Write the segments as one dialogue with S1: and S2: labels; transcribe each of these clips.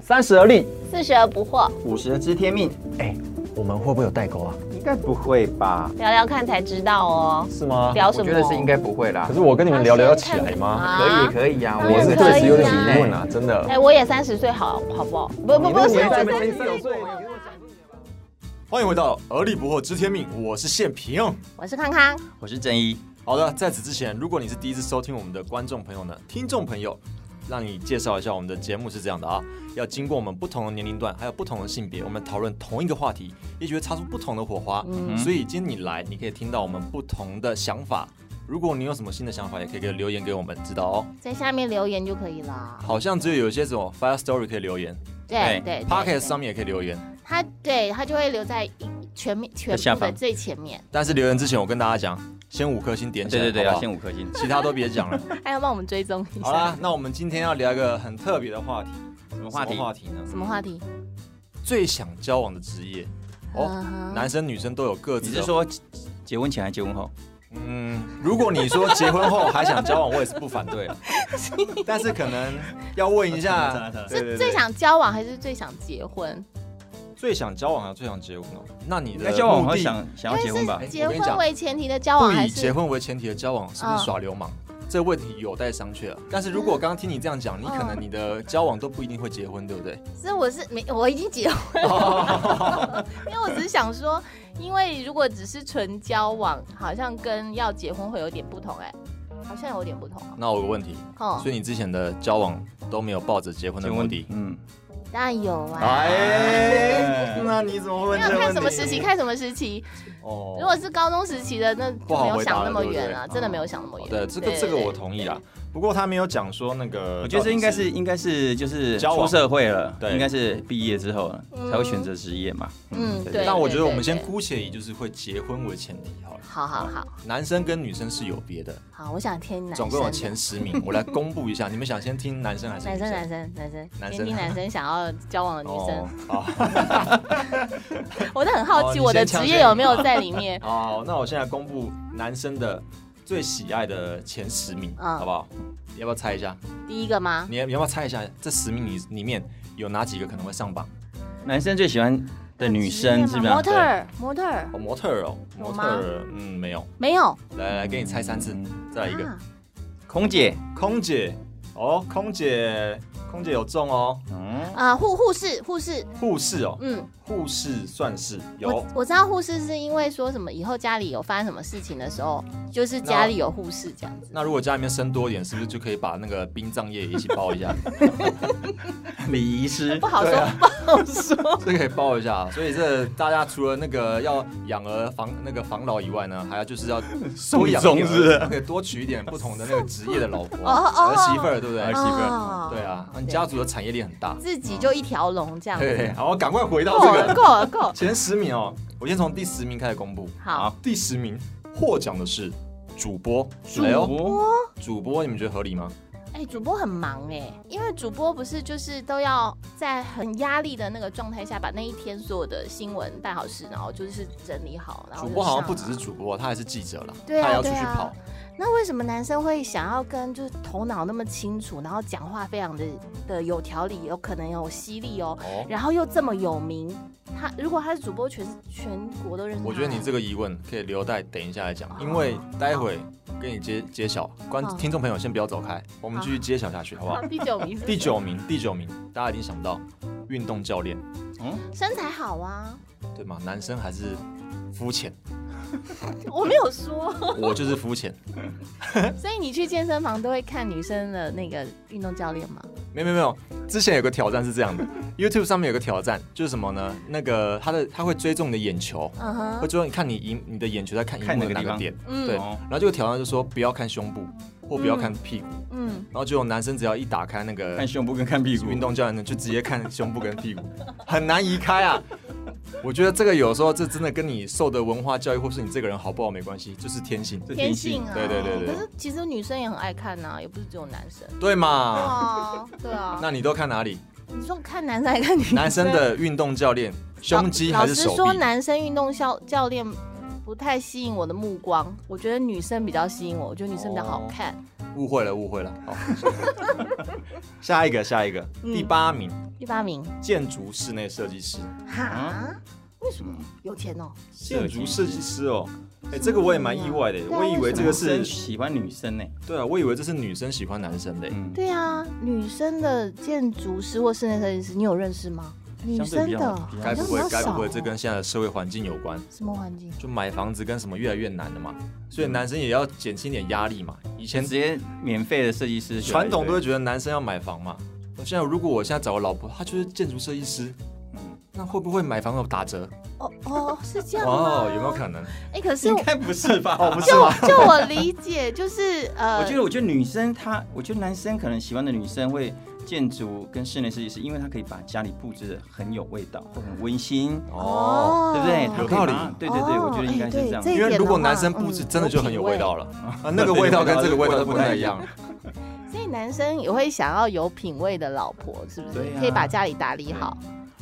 S1: 三十而立，
S2: 四十而不惑，
S3: 五十知天命，
S1: 哎，我们会不会有代沟啊？
S3: 应该不会吧？
S2: 聊聊看才知道哦。
S1: 是吗？
S2: 聊什
S3: 我
S2: 么？
S3: 觉得是应该不会啦
S1: 可。是我跟你们聊聊要起来吗？
S3: 可以
S2: 以。
S3: 可以呀，
S2: 当
S1: 我
S2: 然
S1: 是
S2: 可以啊
S1: 对此有点疑问啊，真
S2: 哎，
S1: 的。
S2: 我也三十岁，好好不好？不不不是，我
S3: 在
S2: 真的
S4: 欢迎回到《而立不惑知天命》，我是宪平。
S2: 我是康康，
S3: 我是正一，
S4: 好的，在此之前，如果你是第一次收听我们的观众朋友呢，听众朋友，让你介绍一下我们的节目是这样的啊，要经过我们不同的年龄段，还有不同的性别，我们讨论同一个话题，也许会擦出不同的火花。
S2: 嗯
S4: 所以今天你来，你可以听到我们不同的想法。如果你有什么新的想法，也可以给留言给我们知道哦。
S2: 在下面留言就可以了。
S4: 好像只有有些什么 Fire Story 可以留言
S3: 对
S2: 对对
S4: p o c k e
S2: 对，
S4: t 上面也可以留言。
S2: 他对他就会留在一全面全
S3: 下
S2: 部的
S3: 方
S2: 最前面。
S4: 但是留言之前，我跟大家讲，先五颗星点起
S3: 对
S4: 来，
S3: 对对，
S4: 好
S3: 要
S4: 不好
S3: 先五颗星。
S4: 其他都别讲了。
S2: 还哎要帮我们追踪一
S4: 好
S2: 下。
S4: 啦，那我们今天要聊一个很特别的话题，
S3: 什么话题
S4: 什么话题呢？
S2: 什么话题？
S4: 最想交往的职业哦，
S2: 嗯哼
S4: 男生女生都有各自
S3: 你
S4: 的。
S3: 是说结结婚前还是结婚后？
S4: 嗯，如果你说结婚后还想交往，我也是不反 对，但是可能要问一下，对对
S2: 是
S4: 对
S2: 最想交往还是最想结婚？
S4: 最想交往还是最想结婚哦？那你
S3: 应
S4: 的
S3: 该交往
S4: 目
S3: 后
S4: 的
S3: 想想要结婚吧
S4: 哎？
S2: 结
S4: 我跟你
S2: 婚
S4: 讲
S2: 为前提的交往
S4: 不
S2: 还
S4: 以结
S2: 是？
S4: 婚为前提的交往是不
S2: 嗯
S4: 是耍流氓？这问题有待商榷啊。但是如果刚刚听你这样讲，你可能你的交往都不一定会结婚，对不对？
S2: 是我是没我已经结婚了，因为我只是想说，因为如果只是纯交往，好像跟要结婚会有点不同哎、好像有点不同
S4: 那我有个问题，
S2: 哦。
S4: 所以你之前的交往都没有抱着结婚的目的？
S3: 嗯，
S2: 当然有啊。
S4: 哎，那你怎么会问
S2: 没
S4: 这
S2: 有
S4: 个
S2: 看
S4: 问
S2: 什么
S4: 题？
S2: 时期，看什么时期。
S4: 哦
S2: 如果是高中时期的，那
S4: 不
S2: 就
S4: 好
S2: 没有
S4: 回答
S2: 想
S4: 了
S2: 那么
S4: 对不对
S2: 远了，真的没有想那么
S4: 好
S2: 远。
S4: 的，这个
S2: 对
S4: 这个我
S2: 对
S4: 同意啦。不过他没有讲说那个，
S3: 我觉得这应该呃是应该是就是
S4: 交往
S3: 出社会了，
S4: 对
S3: 应该是毕业之后了
S2: 嗯
S3: 才会选择职业嘛。
S2: 嗯对
S4: 但我觉得我们
S2: 对对
S4: 先姑且以就是会结婚为前提好了。
S2: 好好好
S4: 男生跟女生是有别的，
S2: 好，我想听男生
S4: 总
S2: 的。
S4: 共有前十名，我来公布一下。你们想先听男生还是
S2: 男
S4: 女
S2: 生，男
S4: 生？
S2: 生，男生，
S4: 男
S2: 听
S4: 生
S2: 听男生想要交往的女生，
S4: 哦，好，
S2: 我都很好奇
S4: 哦
S2: 我的
S4: 你先
S2: 职
S4: 抢。
S2: 业有没有在里面
S4: 好，那我现在公布男生的最喜爱的前十名，
S2: 嗯
S4: 好不好？你要不要猜一下？
S2: 第一个吗？
S4: 你要你要不要猜一下这十名里里面有哪几个可能会上榜？
S3: 男生最喜欢的女生是不是
S2: 模
S3: 啊？
S2: 特儿，模特儿
S4: 哦，模特儿哦，
S2: 有
S4: 模特
S2: 吗
S4: 儿，嗯，没有。
S2: 没有。
S4: 来来，给你猜三次，再来一个
S2: 啊，
S3: 空姐，
S4: 空姐哦，空姐，空姐有中哦，
S3: 嗯，
S2: 啊，护护士，护士，
S4: 护士哦，
S2: 嗯，
S4: 护士算是有
S2: 我。我知道护士是因为说什么以后家里有发生什么事情的时候，就是家里有护士这样子。
S4: 那如果家里面生多一点，是不是就可以把那个殡葬业一起包一下？
S3: 礼仪师
S2: 不好
S4: 啊
S2: 说，不好说。
S4: 这可以包一下。啊所以这大家除了那个要养儿防那个防老以外呢，还要就是要多养
S3: 送终
S4: 一
S3: 是
S4: 个
S3: 不是
S4: 儿，可以多娶一点不同的那个职业的老婆、
S2: 哦哦
S4: 儿媳妇儿，对不对？
S3: 儿媳妇
S2: 哦
S4: 对啊，你家族的产业链很大。
S2: 自己就一条龙这样
S4: 对对
S2: 子。
S4: 对，好，赶快回到
S2: 够
S4: 这
S2: 了，
S4: 个
S2: 够了，够了。
S4: 前十名哦。我先从第十名开始公布。
S2: 好，
S4: 第十名获奖的是主播，
S3: 主
S4: 哎呦
S3: 播，
S4: 主播你们觉得合理吗？
S2: 哎、主播很忙哎、因为主播不是就是都要在很压力的那个状态下，把那一天所有的新闻办好事，然后就是整理好，然后
S4: 主
S2: 就
S4: 播好像
S2: 上
S4: 不只
S2: 了
S4: 是主播，他还是记者啦，
S2: 对啊
S4: 他也要出
S2: 对
S4: 去
S2: 啊
S4: 跑。
S2: 那为什么男生会想要跟就是头脑那么清楚，然后讲话非常的的有条理，有可能有犀利哦，
S4: 哦，
S2: 然后又这么有名？他如果他是主播全，全国都认识他。
S4: 我觉得你
S2: 个
S4: 这个疑问可以留待等一下来讲
S2: 哦，
S4: 因为待会跟你揭揭晓。观
S2: 哦
S4: 听众朋友先不要走开，我们继续揭晓下去，好不好？
S2: 第九名是
S4: 第九名，第九名，大家已经想到运动教练，
S2: 身材好啊，
S4: 对吗？男生还是肤 浅，
S2: 我没有说，
S4: 我就是肤浅。
S2: 所以你去健身房都会看女生的那个运动教练吗？
S4: 没有没有没有，之前有个挑战是这样的，YouTube 上面有个挑战，就是什么呢？那个他的他会追踪你的眼球，
S2: 嗯
S4: 会
S2: 哼，
S4: 追踪你看你荧你的眼球在看荧幕的哪
S3: 啊看哪个地
S4: 个
S3: 方
S4: 点，
S2: 嗯
S4: 对。
S3: 哦
S4: 然后这个挑战就说不要看胸部或不要看屁股，
S2: 嗯。
S4: 然后结果男生只要一打开那个
S3: 看胸部跟看屁股，
S4: 运动教练呢，就直接看胸部跟屁股，很难移开啊。我觉得这个有时候这真的跟你受的文化教育或是你这个人好不好没关系，就是天性，
S3: 这
S2: 天性啊，
S4: 对对对对
S2: 可是其实女生也很爱看呐、也不是只有男生。
S4: 对嘛？
S2: 啊，对啊。
S4: 那你都看 哪里？
S2: 你说看男生还看女生？
S4: 男生的运动教练胸肌还
S2: 老
S4: 是手
S2: 实说，
S4: 臂？
S2: 男生运动教教练不太吸引我的目光，我觉得女生比较吸引我，我觉得女生比较好看。
S4: 误会了，误会了。好， 下一个，下一个，第八名，
S2: 第八名，
S4: 建筑室内设计师，
S2: 哈？
S4: 啊
S2: 为什
S4: 嗯
S2: 么有钱哦？
S4: 建筑设计师哦，哎，这个我也蛮意外的，
S2: 对啊
S4: 我以为这个
S3: 男生
S4: 是，
S3: 喜欢女生呢、欸
S4: 对啊，我以为这是女生喜欢男生的，
S3: 嗯，
S2: 对啊，女生的建筑师或室内设计师，你有认识吗？女
S3: 相对
S2: 生
S3: 比较
S2: 的
S3: 比较
S4: 该
S2: 好
S4: 不
S2: 像比
S4: 会
S2: 较
S4: 该
S2: 少
S4: 不会
S2: 哦。
S4: 这跟现在的社会环境有关？
S2: 什么环境？
S4: 就买房子跟什么越来越难了嘛，所以男生也要减轻点压力嘛。以
S3: 全
S4: 前
S3: 直接免费的设计师，
S4: 传统都会觉得男生要买房嘛，我现在如果我现在找个老婆，她就是建筑设计师，
S3: 嗯
S4: 那会不会买房有打折？
S2: 哦哦，是这样吗
S4: 哦，有没有？可能？
S2: 哎，可是
S3: 应
S2: 我
S3: 该不是吧？
S4: 哦，不是吗？
S2: 就就我理解，就是呃，
S3: 我觉得，我觉得女生她，我觉得男生可能喜欢的女生会建筑跟室内设计师，因为她可以把家里布置的很有味道，或很温馨，
S4: 哦，
S3: 对不对？她
S4: 有
S3: 可以
S4: 道理
S3: 把对对对，
S2: 哦
S3: 我觉得应该是这样
S2: 哎对。这
S4: 因为如果男生布置，
S2: 嗯
S4: 真的就很有味道了， 啊，那个味道跟这个味道不太一样。
S2: 所以男生也会想要有品味的老婆，是不是
S3: 对？啊
S2: 可以把家里打理好。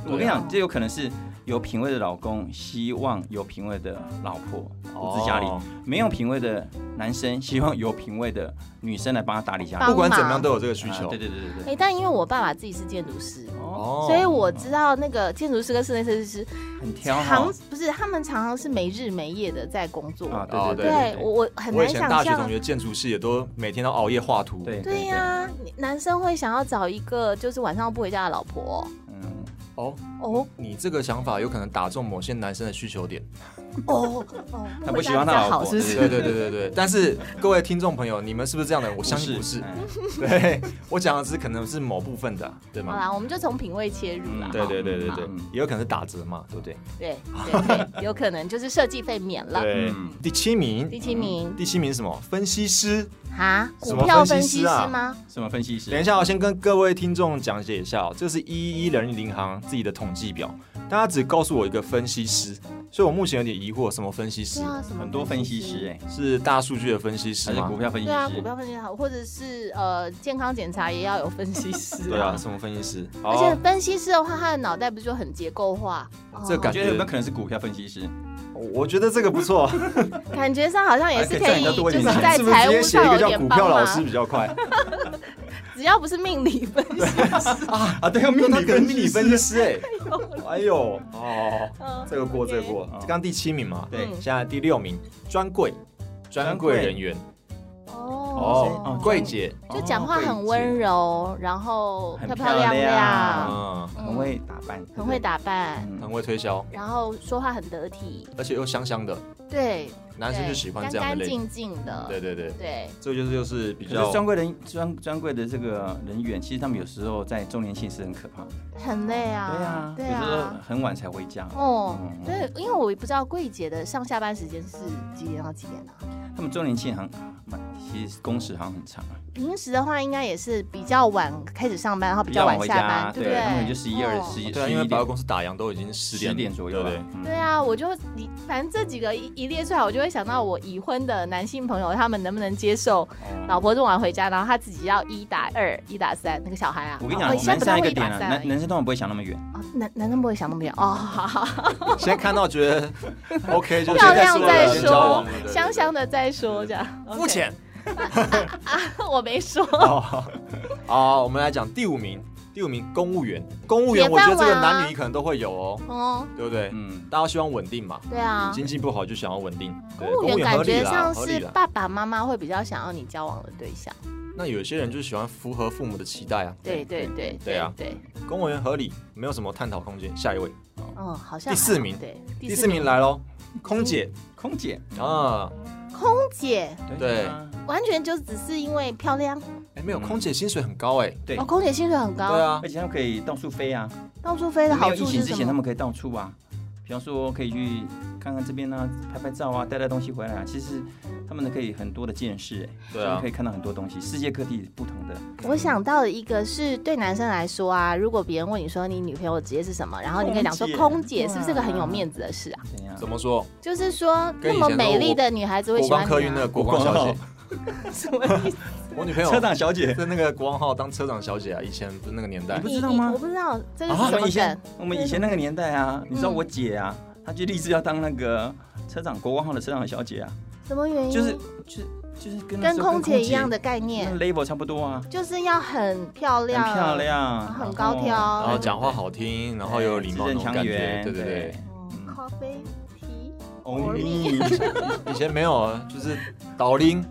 S3: 我跟你讲，这有可能是有品味的老公希望有品味的老婆布置家里，
S4: 哦
S3: 没有品味的男生希望有品味的女生来帮他打理家里
S2: 帮忙
S4: 不管怎么样都有这个需
S3: 啊
S4: 求
S3: 对。对对对
S2: 哎、
S3: 对。
S2: 但因为我爸爸自己是建筑师，
S3: 哦，
S4: 哦
S2: 所以我知道那个建筑师跟室内设计师
S3: 很挑哈
S2: 常。不是他们常常是没日没夜的在工作。
S3: 啊，
S4: 哦
S3: 对对
S2: 对
S3: 对
S2: 我我很
S4: 我
S2: 难
S4: 以前
S2: 想
S4: 大学
S2: 象
S4: 同。学建筑师也都每天都熬夜画图。
S3: 对对
S2: 对呀、你男生会想要找一个就是晚上不回家的老婆
S3: 嗯，
S4: 哦，
S2: 哦
S4: 你这个想法有可能打中某些男生的需求点。
S2: 哦哦哦，
S3: 他不
S2: 回
S3: 喜
S2: 家
S3: 欢
S2: 比
S3: 他
S2: 较
S3: 老
S2: 好
S3: 婆
S2: 是不是？
S4: 对对对对对，但是各位听众朋友，你们是不是这样的人？我相信不是。嗯
S3: 哎
S4: 对我讲的是可能是某部分的，对
S2: 好
S4: 吗？
S2: 啦，我们就从品味切入啦。
S3: 嗯
S4: 对对对对对
S3: 嗯，
S4: 也有可能是打折嘛，对不对？
S2: 对对对，有可能就是设计费免了。
S4: 对
S3: 嗯
S4: 第七
S2: 第
S4: 名，
S2: 七名
S4: 第七名是什么？分析师。
S2: 哈，
S4: 嗯什
S2: 股
S4: 么
S2: 票
S4: 分
S2: 分
S4: 析
S2: 析
S4: 师
S2: 师
S4: 啊
S2: 吗？
S3: 什么分析师？
S4: 等一下，我先跟各位听众讲解一下哦，这是一一人银行自己的统计表，大家只告诉我一个分析师，所以我目前有点疑惑，什么分析师
S2: 对？啊，什么
S3: 很多分析师哎，
S4: 是大数据的分欸析师
S3: 还是
S4: 吗
S3: 股？票分析
S2: 对
S3: 师？
S2: 啊，股票分析好，或者是呃健康检查也要有分析师、
S4: 对啊，。什么分析师？
S2: 而且
S4: 哦，
S2: 分析师的话，他的脑袋不是就很结构化？哦
S4: 这
S3: 我
S4: 感
S3: 觉得有没有可能是股票分析师？
S4: 我我觉得这个 不错，
S2: 感觉上好像也是可
S4: 哎
S2: 以，
S3: 多
S2: 就
S3: 一点
S2: 是在
S4: 是不是
S2: 财
S4: 直接
S2: 务
S4: 写一
S2: 上
S4: 个
S2: 有
S4: 叫
S2: 点
S4: 股
S2: 帮
S4: 票老
S2: 忙。
S4: 师比较快？
S2: 只要不是命理分析，
S3: 啊，对，要
S4: 因
S3: 命
S4: 为他
S3: 理
S4: 可
S3: 分
S4: 能迷你
S3: 析
S4: 分析
S3: 师。
S4: 师 哎，哎呦哦，
S2: 嗯
S4: 这个过
S2: OK
S4: 这个过，刚刚第七名嘛，
S3: 对
S2: 嗯
S4: 现在第六名专柜，专柜人员
S2: 哦
S3: 哦
S4: 柜姐，
S2: 就讲话很温柔，然后
S3: 很
S2: 漂
S3: 漂
S2: 亮
S3: 亮
S2: 亮，
S4: 嗯，
S2: 嗯
S3: 很会打扮，
S2: 很会打扮，
S3: 嗯，
S4: 很会推销，
S2: 然后说话很得体，
S4: 而且又香香的，
S2: 对，
S4: 男生
S2: 对
S4: 就喜欢
S2: 干
S4: 这样的
S2: 干
S4: 类型。
S2: 净净的，
S4: 对对对，
S2: 对，
S4: 这个就是就是比
S3: 可是
S4: 较
S3: 专柜人专专柜的这个人员，其实他们有时候在周年庆是很可怕的。
S2: 很累
S3: 对
S2: 啊
S3: 啊，，
S2: 对
S3: 有时候
S2: 啊，
S3: 很晚才回家。
S2: 哦
S3: 嗯，
S2: 对，因为我也不知道柜姐的上下班时间是几点到几点啊？
S3: 他们周年庆好像蛮，其实工时好像很长啊，
S2: 平时的话，应该也是比较晚开始上班，然后比较晚
S3: 回
S2: 下
S3: 家，
S2: 班，不对？
S3: 他们也就十一二
S2: 哦
S3: 十一，
S4: 对啊，
S3: 11
S4: 因为百货
S3: 点
S4: 公司打烊都已经十点
S3: 10点左右吧
S4: 对 不对。
S3: 嗯
S2: 对啊，我就你反正这几个一一列出来，我就会想到我已婚的男性朋友，他们能不能接受老婆这么晚回家，然后他自己要一打二、一打三，那个小孩啊，
S3: 我跟你
S2: 哦
S3: 讲，
S2: 现在
S3: 男
S2: 不
S3: 生
S2: 太
S3: 一
S2: 会
S3: 个
S2: 一
S3: 点
S2: 打
S3: 啊，
S2: 三而
S3: 男
S2: 已，
S3: 男生通常不会想那么远，
S2: 哦男男生不会想那么远哦，好好好，
S4: 现在看到觉得 OK，就
S2: 漂亮再
S4: 先交往
S2: 说
S4: 了对对，对
S2: 香香的再说，这样
S4: 肤，浅。
S2: OK，我没说，
S4: 好，好我们来讲第五名，第五名公务员，公务员
S2: 铁
S4: 我觉
S2: 饭
S4: 得这个
S2: 碗啊
S4: 男女可能都会有哦，
S2: 哦，
S4: 对不对？
S3: 嗯，
S4: 大家希望稳定嘛，
S2: 对啊，
S4: 经济不好就想要稳定。对
S2: 公务员感
S4: 合理
S2: 觉
S4: 啦，
S2: 上
S4: 合理
S2: 是
S4: 啦。
S2: 爸爸妈妈会比较想要你交往的对象，
S4: 那有些人就喜欢符合父母的期待啊。
S2: 对对对
S4: 对啊
S2: 对，
S4: 公务员合理，没有什么探讨空间。下一位，
S2: 嗯，好像
S4: 第四名
S2: 还好对，
S4: 第四名来喽，空姐
S3: 空姐，
S4: 啊，
S2: 空姐，
S4: 对
S3: 啊
S2: 完全就只是因为漂亮
S4: 哎，没有，
S3: 嗯
S4: 空姐薪水很高哎。
S3: 对
S2: 哦，，空姐薪水很
S4: 对
S2: 高，
S4: 啊
S3: 而，且他们可以到处飞啊，
S2: 到处飞的
S3: 没
S2: 好
S3: 有疫
S2: 处
S3: 情
S2: 是
S3: 之
S2: 什
S3: 前他
S2: 么？
S3: 们可以到处啊，比方说可以去看看这边啊，拍拍照啊，带带东西回来啊，其实他们可以很多的见识，哎，
S4: 对
S3: 他
S4: 啊
S3: 们可以看到很多东西，世界各地不同的，
S2: 我想到的一个是对男生来说啊，如果别人问你说你女朋友的职业是什么，然后你可以讲说
S3: 空姐
S2: 空姐，是不是个很有面子的事啊？
S3: 怎样？
S4: 怎么说？
S2: 就是说那
S4: 跟以前
S2: 么
S4: 的
S2: 美
S4: 我
S2: 丽的女孩子会
S4: 国
S2: 喜
S4: 光
S2: 欢
S4: 客
S2: 你
S4: 运那个
S2: 啊？
S4: 国光小姐，
S2: 什么意思？
S4: 我女朋友
S3: 车长小姐，
S4: 在那个国王号当车长小姐啊，以前不是那个年代
S3: 你不。
S2: 你
S3: 知道
S2: 你
S3: 吗
S2: 我不知道这个
S3: 我
S2: 是什
S3: 啊们
S2: 么
S3: 以前
S2: 梗？
S3: 我们以前那个年代啊，你知道我姐啊，她就立志要当那个车长，国光号的车长小姐啊，
S2: 什么原因？
S3: 就是就是就是跟那
S2: 哎跟
S3: 时候
S2: 空姐一样的概念
S3: 那，level 差不多啊，
S2: 就是要很漂
S3: 很
S2: 亮，
S3: 漂。亮，哦
S2: 很
S3: 然后
S2: 高挑哦
S4: 然后讲话好听，然后又有礼貌那种感觉，对对对。
S2: 嗯，咖啡、提
S3: 哦，
S4: 以前没有啊，就是导铃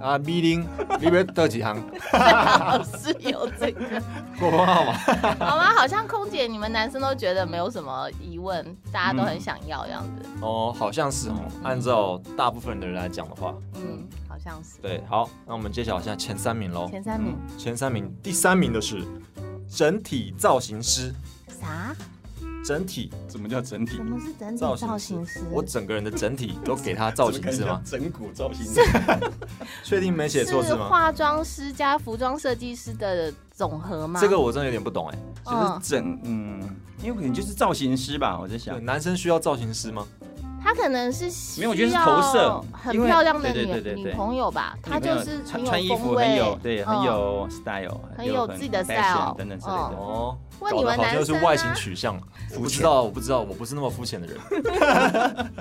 S4: 啊、咪铃里面得几行
S2: 老是有这个。
S4: 国风号码。
S2: 好吗？好像空姐，你们男生都觉得没有什么疑问，大家都很想要样子。
S4: 哦，好像是哦。按照大部分的人来讲的话，
S2: 嗯，好像是。
S4: 对，好，那我们揭晓一下前三名
S3: 哦
S4: 喽。
S2: 前三名
S4: 前三名，第三名的是整体造型师，
S3: 嗯
S2: 啥？
S4: 整体
S3: 怎么叫整体
S2: 什？么是整体
S4: 造
S2: 造
S4: 型
S2: 型师？
S4: 我整个人的整体都给他造型师吗？
S3: 整骨造 型师，
S4: 确定没写错
S2: 是
S4: 是吗？
S2: 化妆师加服装设计师的总和吗？
S4: 这个我真的有点不懂哎、
S3: 就是整嗯，因为可能就是造型师吧，我在想
S4: 对，。男生需要造型师吗？
S2: 他可能是需
S3: 没有我觉得是投射
S2: 要很
S3: 因为
S2: 漂亮的
S3: 对对
S2: 女
S3: 对对
S2: 女
S3: 对
S2: 朋友吧，她
S3: 女朋
S2: 就
S3: 友
S2: 是很
S3: 穿
S2: 有
S3: 穿衣
S2: 风
S3: 服
S2: 味，
S3: 很有对，很
S2: 嗯。
S3: 有 style，
S2: 很有自己的
S3: fashion
S2: style，
S3: 等等之类的。
S4: 哦，
S2: 问
S4: 搞
S2: 你
S4: 得
S2: 们
S4: 好像
S2: 男
S4: 又是
S2: 生啊
S4: 外形取向了，我不知道，我不知道，我不是那么肤浅的人。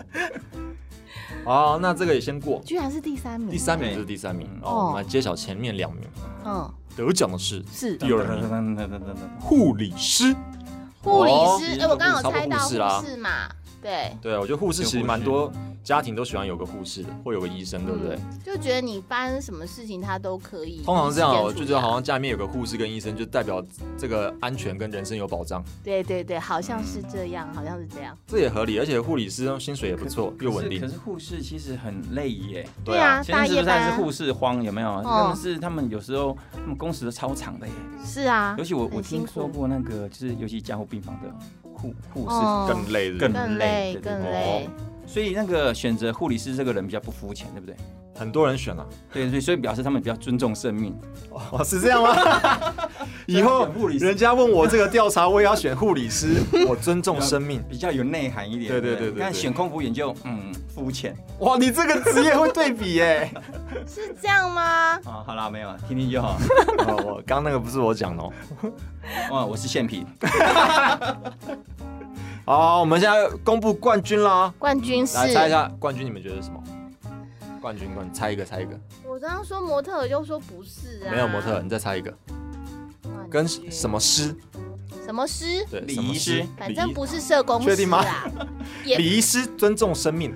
S4: 好，那这个也先过。
S2: 居然是第三名。
S4: 第三名就是
S3: 对
S4: 第三名，
S3: 嗯
S4: 哦，我们来揭晓前面两名。
S2: 嗯，
S4: 得奖的是
S2: 是
S4: 第二名
S3: 等等等等等，
S4: 护理师。
S2: 护理
S4: 哦
S2: 师。哎，我刚好
S4: 差不多
S2: 猜到
S4: 护士啦
S2: 护士嘛，对。
S4: 对，啊我觉得护士
S3: 有护
S4: 其实蛮
S3: 士
S4: 多家庭都喜欢有个护士的，或有个医生，对不对？
S2: 嗯？就觉得你发生什么事情，他都可以。
S4: 通常是这样哦，
S2: 一时
S4: 就
S2: 间
S4: 是
S2: 处理
S4: 好像家里面有个护士跟医生，就代表这个安全跟人身有保障，
S2: 对对对，好像是这样，好像是这样。
S4: 这也合理。而且护理师薪水也不错，又稳定
S3: 可。是护士其实很累耶。
S4: 对
S2: 啊，
S3: 现在
S2: 大
S3: 是不
S2: 夜
S3: 是还
S2: 班嗯
S3: 是护士荒有没有？但是他们有时候他们工时都超长的耶。
S2: 是啊
S3: 尤，其我我
S2: 很辛
S3: 听
S2: 苦
S3: 说过那个，就是尤其加护病房的护护
S2: 哦
S3: 士，
S4: 更累的，哦
S3: 更
S2: 更
S3: 累
S2: 累
S3: 对对
S2: 更
S3: 对
S2: 累。
S3: 所以那个选择护理师这个人比较不肤浅，对不对？
S4: 很多人选啊了、
S3: 对对，所以表示他们比较尊重生命。
S4: 哦，是这样吗？ 以后
S3: 护理师
S4: 人家问我这个调查，我也要选护理师， 我尊重生命。
S3: 比较有内涵一点。
S4: 对对
S3: 不
S4: 对对对
S3: 但选空服员就嗯肤浅
S4: 哇，你这个职业会对比 耶、
S2: 是这样吗？
S3: 啊。好啦，没有，听听就 好。
S4: 哦，我刚刚那个不是我讲的哦。
S3: 哇，我是现品，
S4: 好，我们现在公布冠军啦，
S2: 冠军是
S4: 来猜一下冠军，你们觉得是什么？冠军冠，猜一个，猜一个。
S2: 我刚刚说模特儿就说不是啊，
S4: 没有模特，你再猜一个，跟什
S2: 么
S4: 么师？
S2: 什么师，
S4: 对，
S3: 礼
S4: 什么
S3: 仪
S4: 师
S3: 师？
S2: 反正不是社工师
S4: 确定吗
S2: 啊，也
S4: 礼仪师尊重生命，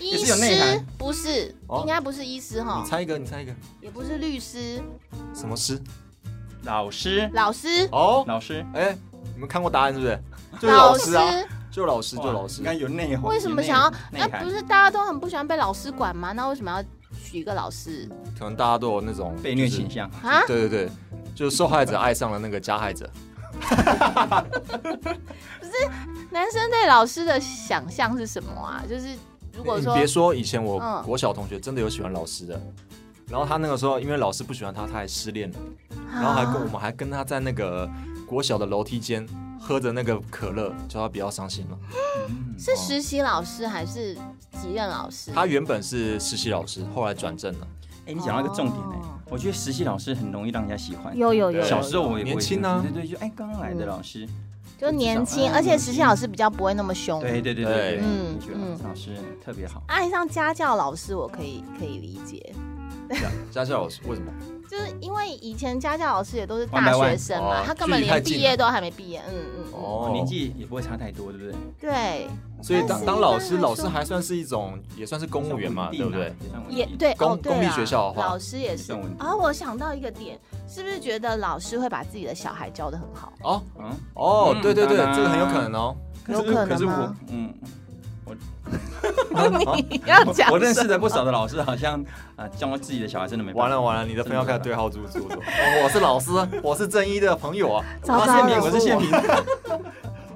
S2: 医
S3: 是有内
S2: 师
S3: 涵
S2: 不是，
S4: 哦
S2: 应该不是医师哈
S4: 你，猜一个，你猜一个，
S2: 也不是律师，
S4: 什么师？
S3: 老师，
S2: 老师，
S4: 哦，
S3: 老师，
S4: 哎，你们看过答案 是不是？就是
S2: 老
S4: 老师啊，就老师，就老师
S3: 应。该有内涵。
S2: 为什么
S3: 有内
S2: 想要？
S3: 内
S2: 那不
S3: 涵？
S2: 是大家都很不喜欢被老师管吗？那为什么要取一个老师
S4: 可能大家都有那种
S3: 被虐倾。向，
S2: 啊？
S4: 对对对，就是受害者爱上了那个加害者。
S2: 男生对老师的想象是什么啊？就是如果
S4: 你
S2: 说
S4: 别说，以前我
S2: 嗯
S4: 国小同学真的有喜欢老师的，然后他那个时候因为老师不喜欢他，他还失恋了，然后还跟我
S2: 啊
S4: 们还跟他在那个国小的楼梯间喝着那个可乐，叫他不要伤心了。
S2: 是实习老师还是级任老师？
S4: 他原本是实习老师，后来转正了。
S3: 哎，你讲到一个重点哎
S2: 哦，
S3: 我觉得实习老师很容易让人家喜欢。
S2: 有有有
S4: 对
S3: 小时候我也
S4: 年轻啊
S3: 我也对对，就哎刚来的老师，
S2: 就年轻，
S3: 嗯
S2: 而且实习老师比较不会那么凶。
S3: 对对对
S4: 对
S3: 对，
S2: 嗯
S3: 嗯，觉
S2: 嗯
S3: 得老师特别好。
S2: 爱上啊家教老师，我可以可以理解，
S4: 家教老师为什么？
S2: 就是因为以前家教老师也都是
S3: One
S2: 大
S3: by one
S2: 学生
S4: 哦
S2: 嘛，他根本
S4: 距离太
S2: 连
S4: 近
S2: 毕
S4: 了
S2: 业都还没毕业。嗯嗯嗯，
S4: 哦
S3: 年纪也不会差太多，对不对？
S2: 对，
S4: 所以
S2: 但
S4: 当
S2: 是
S4: 当老师，
S2: 一般来
S4: 老师
S2: 说
S4: 还算是一种，也算是公务员嘛，对
S3: 啊
S4: 不对？
S2: 也对
S4: 公
S2: 哦，对
S4: 公立
S2: 啦
S4: 学校的话
S2: 老师也是
S3: 算稳定
S2: 啊。我想到一个点，是不是觉得老师会把自己的小孩教的很 好？
S4: 哦
S3: 嗯，
S4: 哦，
S3: 嗯
S4: 对对对，
S3: 当然
S4: 这个很有可能哦。
S2: 有可
S3: 可
S2: 能啊
S3: 是我
S2: 吗？，
S3: 嗯，
S2: 你要讲
S3: 我认识的不少的老师好像啊，教自己的小孩真的没办法
S4: 完了完了，你的朋友开始对号入 座说：“哦我是老师，我是正一的朋友啊，
S2: 糟糕
S4: 我是
S2: 了
S4: 宪明，我是宪明，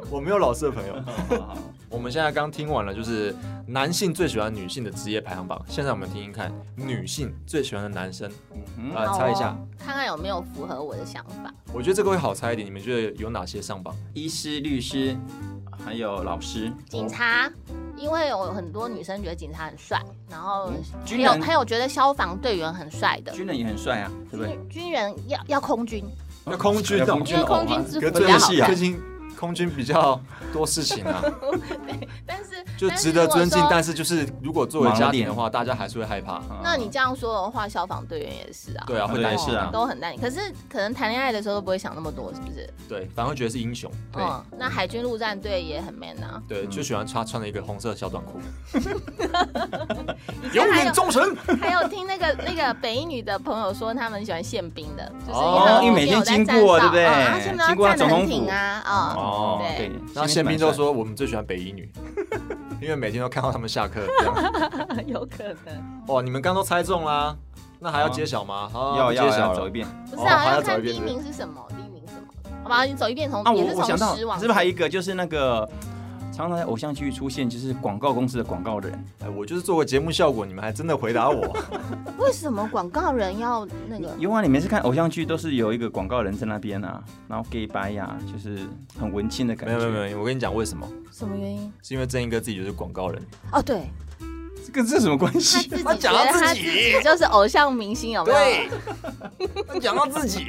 S4: 我没有老师的朋友。
S3: 好好好”
S4: 我们现在刚听完了，就是男性最喜欢女性的职业排行榜。现在我们听听看，女性最喜欢的男生，
S3: 嗯哼，
S4: 来猜一
S2: 好
S4: 下
S2: 哦，看看有没有符合我的想法。
S4: 我觉得这个会好猜一点。你们觉得有哪些上榜？
S3: 医师、律师，还有老师，
S2: 警察，因为有很多女生觉得警察很帅，然后
S3: 嗯
S2: 还
S3: 军
S2: 有
S3: 人，
S2: 还有觉得消防队员很帅的。
S3: 军人也很帅啊，对不对？
S2: 军军人要要空军，
S4: 那空军
S3: 还有
S4: 哦
S3: 空
S2: 因
S3: 军
S2: 为
S3: 哦
S2: 空
S3: 哇
S2: 军制
S4: 可啊
S2: 服
S4: 最
S2: 比较
S4: 近
S2: 好
S4: 最
S2: 看。
S4: 近空军比较多事情啊，
S2: 但是
S4: 就值得尊敬。
S2: 但
S4: 但
S2: 是
S4: 是就是如果作为家庭的话，大家还是会害怕。
S3: 啊
S2: 如果说那你这样说的话，消防队员也是啊，
S4: 对啊，会担心
S3: 是嗯啊
S2: 都很难。可是可能谈恋爱的时候都不会想那么多，是不是？
S4: 对，反而会觉得是英雄。
S3: 对
S2: 嗯，那海军陆战队也很 man 啊。
S4: 对，就喜欢穿穿了一个红色小短 裤，
S2: 前
S4: 永
S2: 还有
S4: 远 忠诚。
S2: 还有听那个那个北一女的朋友说，他们喜欢宪兵的，就是
S4: 哦
S2: 很
S3: 因为每天经过对不对
S2: 啊，宪兵
S3: 经过
S2: 要站得
S3: 总统府
S2: 很挺啊，啊，
S4: 哦
S2: 对，
S4: 然后宪兵就说我们最喜欢北一女， 因为每天都看到他们下课。这样
S3: 哦
S2: 有可能。
S4: 哦，你们刚都猜中啦，那还要揭晓吗？好
S3: 要
S4: 不
S3: 要
S4: 揭晓
S3: 哦要走
S4: 了
S3: 一。遍
S2: 不是啊，
S4: 还
S2: 要
S4: 要走
S2: 看
S4: 一
S2: 第
S4: 遍
S2: 一名是什么，第一名是什么？好吧，你走一遍从
S3: 啊！我
S2: 也是
S3: 我
S2: 从
S3: 想到，是
S2: 失
S3: 不
S2: 望，
S3: 是还有一个就是那个常常在偶像剧出现，就是广告公司的广告人，
S4: 哎，我就是做个节目效果，你们还真的回答 我。
S2: 为什么广告人要那个？
S3: 因为啊你每次看偶像剧都是有一个广告人在那边啊，然后 gay 白呀，就是很文青的感
S4: 没
S3: 觉。
S4: 有没有没有，我跟你讲为什么？
S2: 什么原因？
S4: 是因为正英哥自己就是广告人，
S2: 哦，对
S3: 这跟这什么关
S2: 他
S3: 系？
S2: 自己
S4: 他
S2: 觉
S4: 讲到
S2: 得他
S4: 自己
S2: 己就是偶像明星，有没有？，
S4: 讲到自己，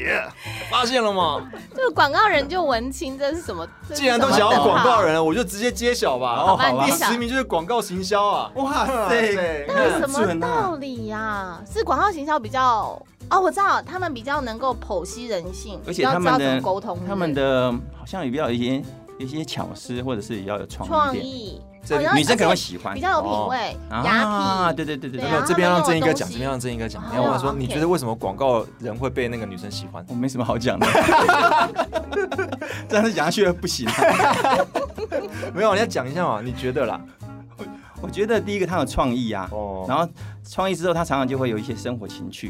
S4: 发现了吗？
S2: 就是广告人就文青，这是什么？这是
S4: 既然都
S2: 什么
S4: 想要
S2: 等号
S4: 广告人了，我就直接揭晓吧。
S3: 好
S2: 吧啊你
S4: 第
S2: 揭晓
S4: 十名就是广告行销啊。
S3: 哇塞！
S2: 那有什么
S3: 准啊
S2: 道理呀、是广告行销比较哦，我知道他们比较能够剖析人性，
S3: 而且
S2: 比较
S3: 他
S2: 知
S3: 们
S2: 道怎
S3: 的
S2: 么沟通，
S3: 他们的好像也比较有一些有一些巧思，或者是比较有
S2: 对不对
S3: 创
S2: 创
S3: 意一
S2: 意，
S4: 这
S2: 哦
S3: 点，
S2: 然后
S3: 女生可能
S2: 而
S3: 会
S2: 且
S3: 喜欢
S2: 比较有品味，
S3: 啊，
S2: 雅痞。
S3: 对对对对
S2: 对
S4: 没
S2: 啊
S3: 对，
S4: 有，这边让正英
S2: 他们用
S4: 哥
S2: 的东
S4: 讲，
S2: 西
S4: 这边让正英哥讲。
S2: 哦
S4: 你要我说，
S2: OK
S4: 你觉得为什么广告人会被那个女生喜欢？
S3: 我没什么好讲 的，这样子讲下去不行啊。
S4: 没有，你要讲一下嘛，你觉得啦？
S3: 我觉得第一个他有创意啊，
S4: 哦，
S3: 然后创意之后，他常常就会有一些生活情趣，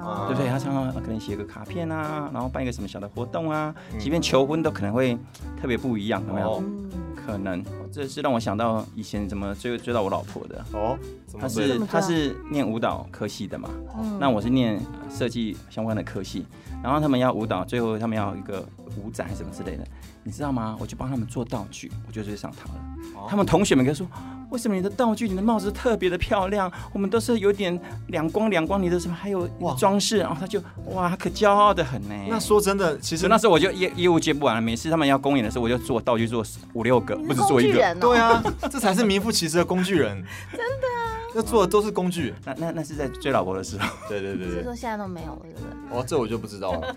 S2: 哦
S3: 对不对？他常常可能写个卡片啊，然后办一个什么小的活动啊，即便求婚都可能会特别不一样，有没有
S4: 哦？
S2: 嗯
S3: 可能这是让我想到以前怎么追追到我老婆的，
S4: 哦，怎
S3: 她
S4: 么
S3: 是
S4: 是？
S2: 么知道
S3: 她是念舞蹈科系的嘛，
S2: 嗯
S3: 那我是念呃设计相关的科系，然后他们要舞蹈，最后他们要一个舞展还是什么之类的，你知道吗？我就帮他们做道具，我就直接上堂了。
S4: 哦
S3: 他们同学们跟说。为什么你的道具、你的帽子特别的漂亮？我们都是有点两光两光，你的什么还有
S4: 哇
S3: 装饰，然后他就哇，他可骄傲的很呢。
S4: 那说真的，其
S3: 所
S4: 实
S3: 以那时候我就业业务接不完了，每次他们要公演的时候，我就做道具做五六个，
S2: 你
S3: 不止
S2: 是工
S3: 做一
S2: 具
S3: 个。
S2: 人哦，
S4: 对啊，这才是名副其实的工具人。真的啊，那做的都是工具。
S3: 那那那是在追老婆的时候，
S4: 对对对
S2: 是
S4: 对，
S2: 说现在都没有了，对不对？
S4: 哦，这我就不知道了。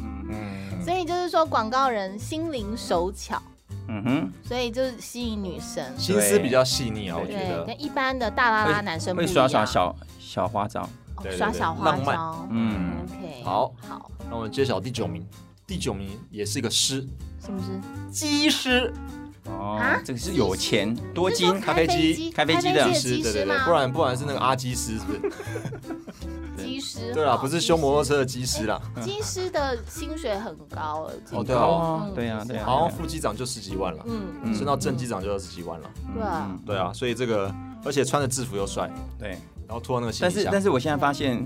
S3: 嗯
S4: 嗯，
S2: 所以就是说广告人心灵手巧，
S3: 嗯哼，
S2: 所以就是吸引女生，
S4: 心思比较细腻啊，我觉
S2: 对，
S4: 得。
S2: 跟一般的大拉拉男生不
S3: 会
S2: 一
S3: 耍
S2: 样，
S3: 耍小小花招。
S2: 哦
S4: 对对
S2: 耍
S4: 对
S2: 小花
S4: 浪漫
S2: 招，
S3: 嗯
S2: OK，
S4: 好
S2: 好，
S4: 那我们揭晓第九名，第九名也是一个诗，
S2: 是不是？
S4: 机师。
S3: 哦
S2: 啊，
S3: 这个是有钱多
S2: 是说
S3: 金
S2: 开
S3: 咖
S2: 飞
S3: 啡
S2: 机
S3: 机，
S2: 开
S3: 咖
S2: 飞
S3: 啡
S2: 机
S3: 机
S2: 的
S3: 的
S2: 是
S4: 师，对
S2: 机师
S4: 对对
S2: 吗，
S4: 不然不然是那个阿基师，是不是？
S2: 机师
S3: 嗯
S4: 对啦，
S2: 好
S4: 不是
S2: 机
S4: 修
S2: 师
S4: 摩托车的机师啦，
S2: 机师的薪水很高了，
S4: 哦
S2: 真的
S4: 对啊
S2: 嗯
S3: 对啊，
S2: 是
S3: 对啊，
S4: 好像副机长就十几万了，
S2: 嗯，
S3: 嗯
S4: 升到正机长就二十几万了。
S2: 对啊
S3: 嗯
S4: 对啊，所以这个而且穿着制服又帅，
S3: 对。
S4: 然后拖那个行
S3: 但
S4: 李
S3: 是
S4: 箱，
S3: 但是我现在发现，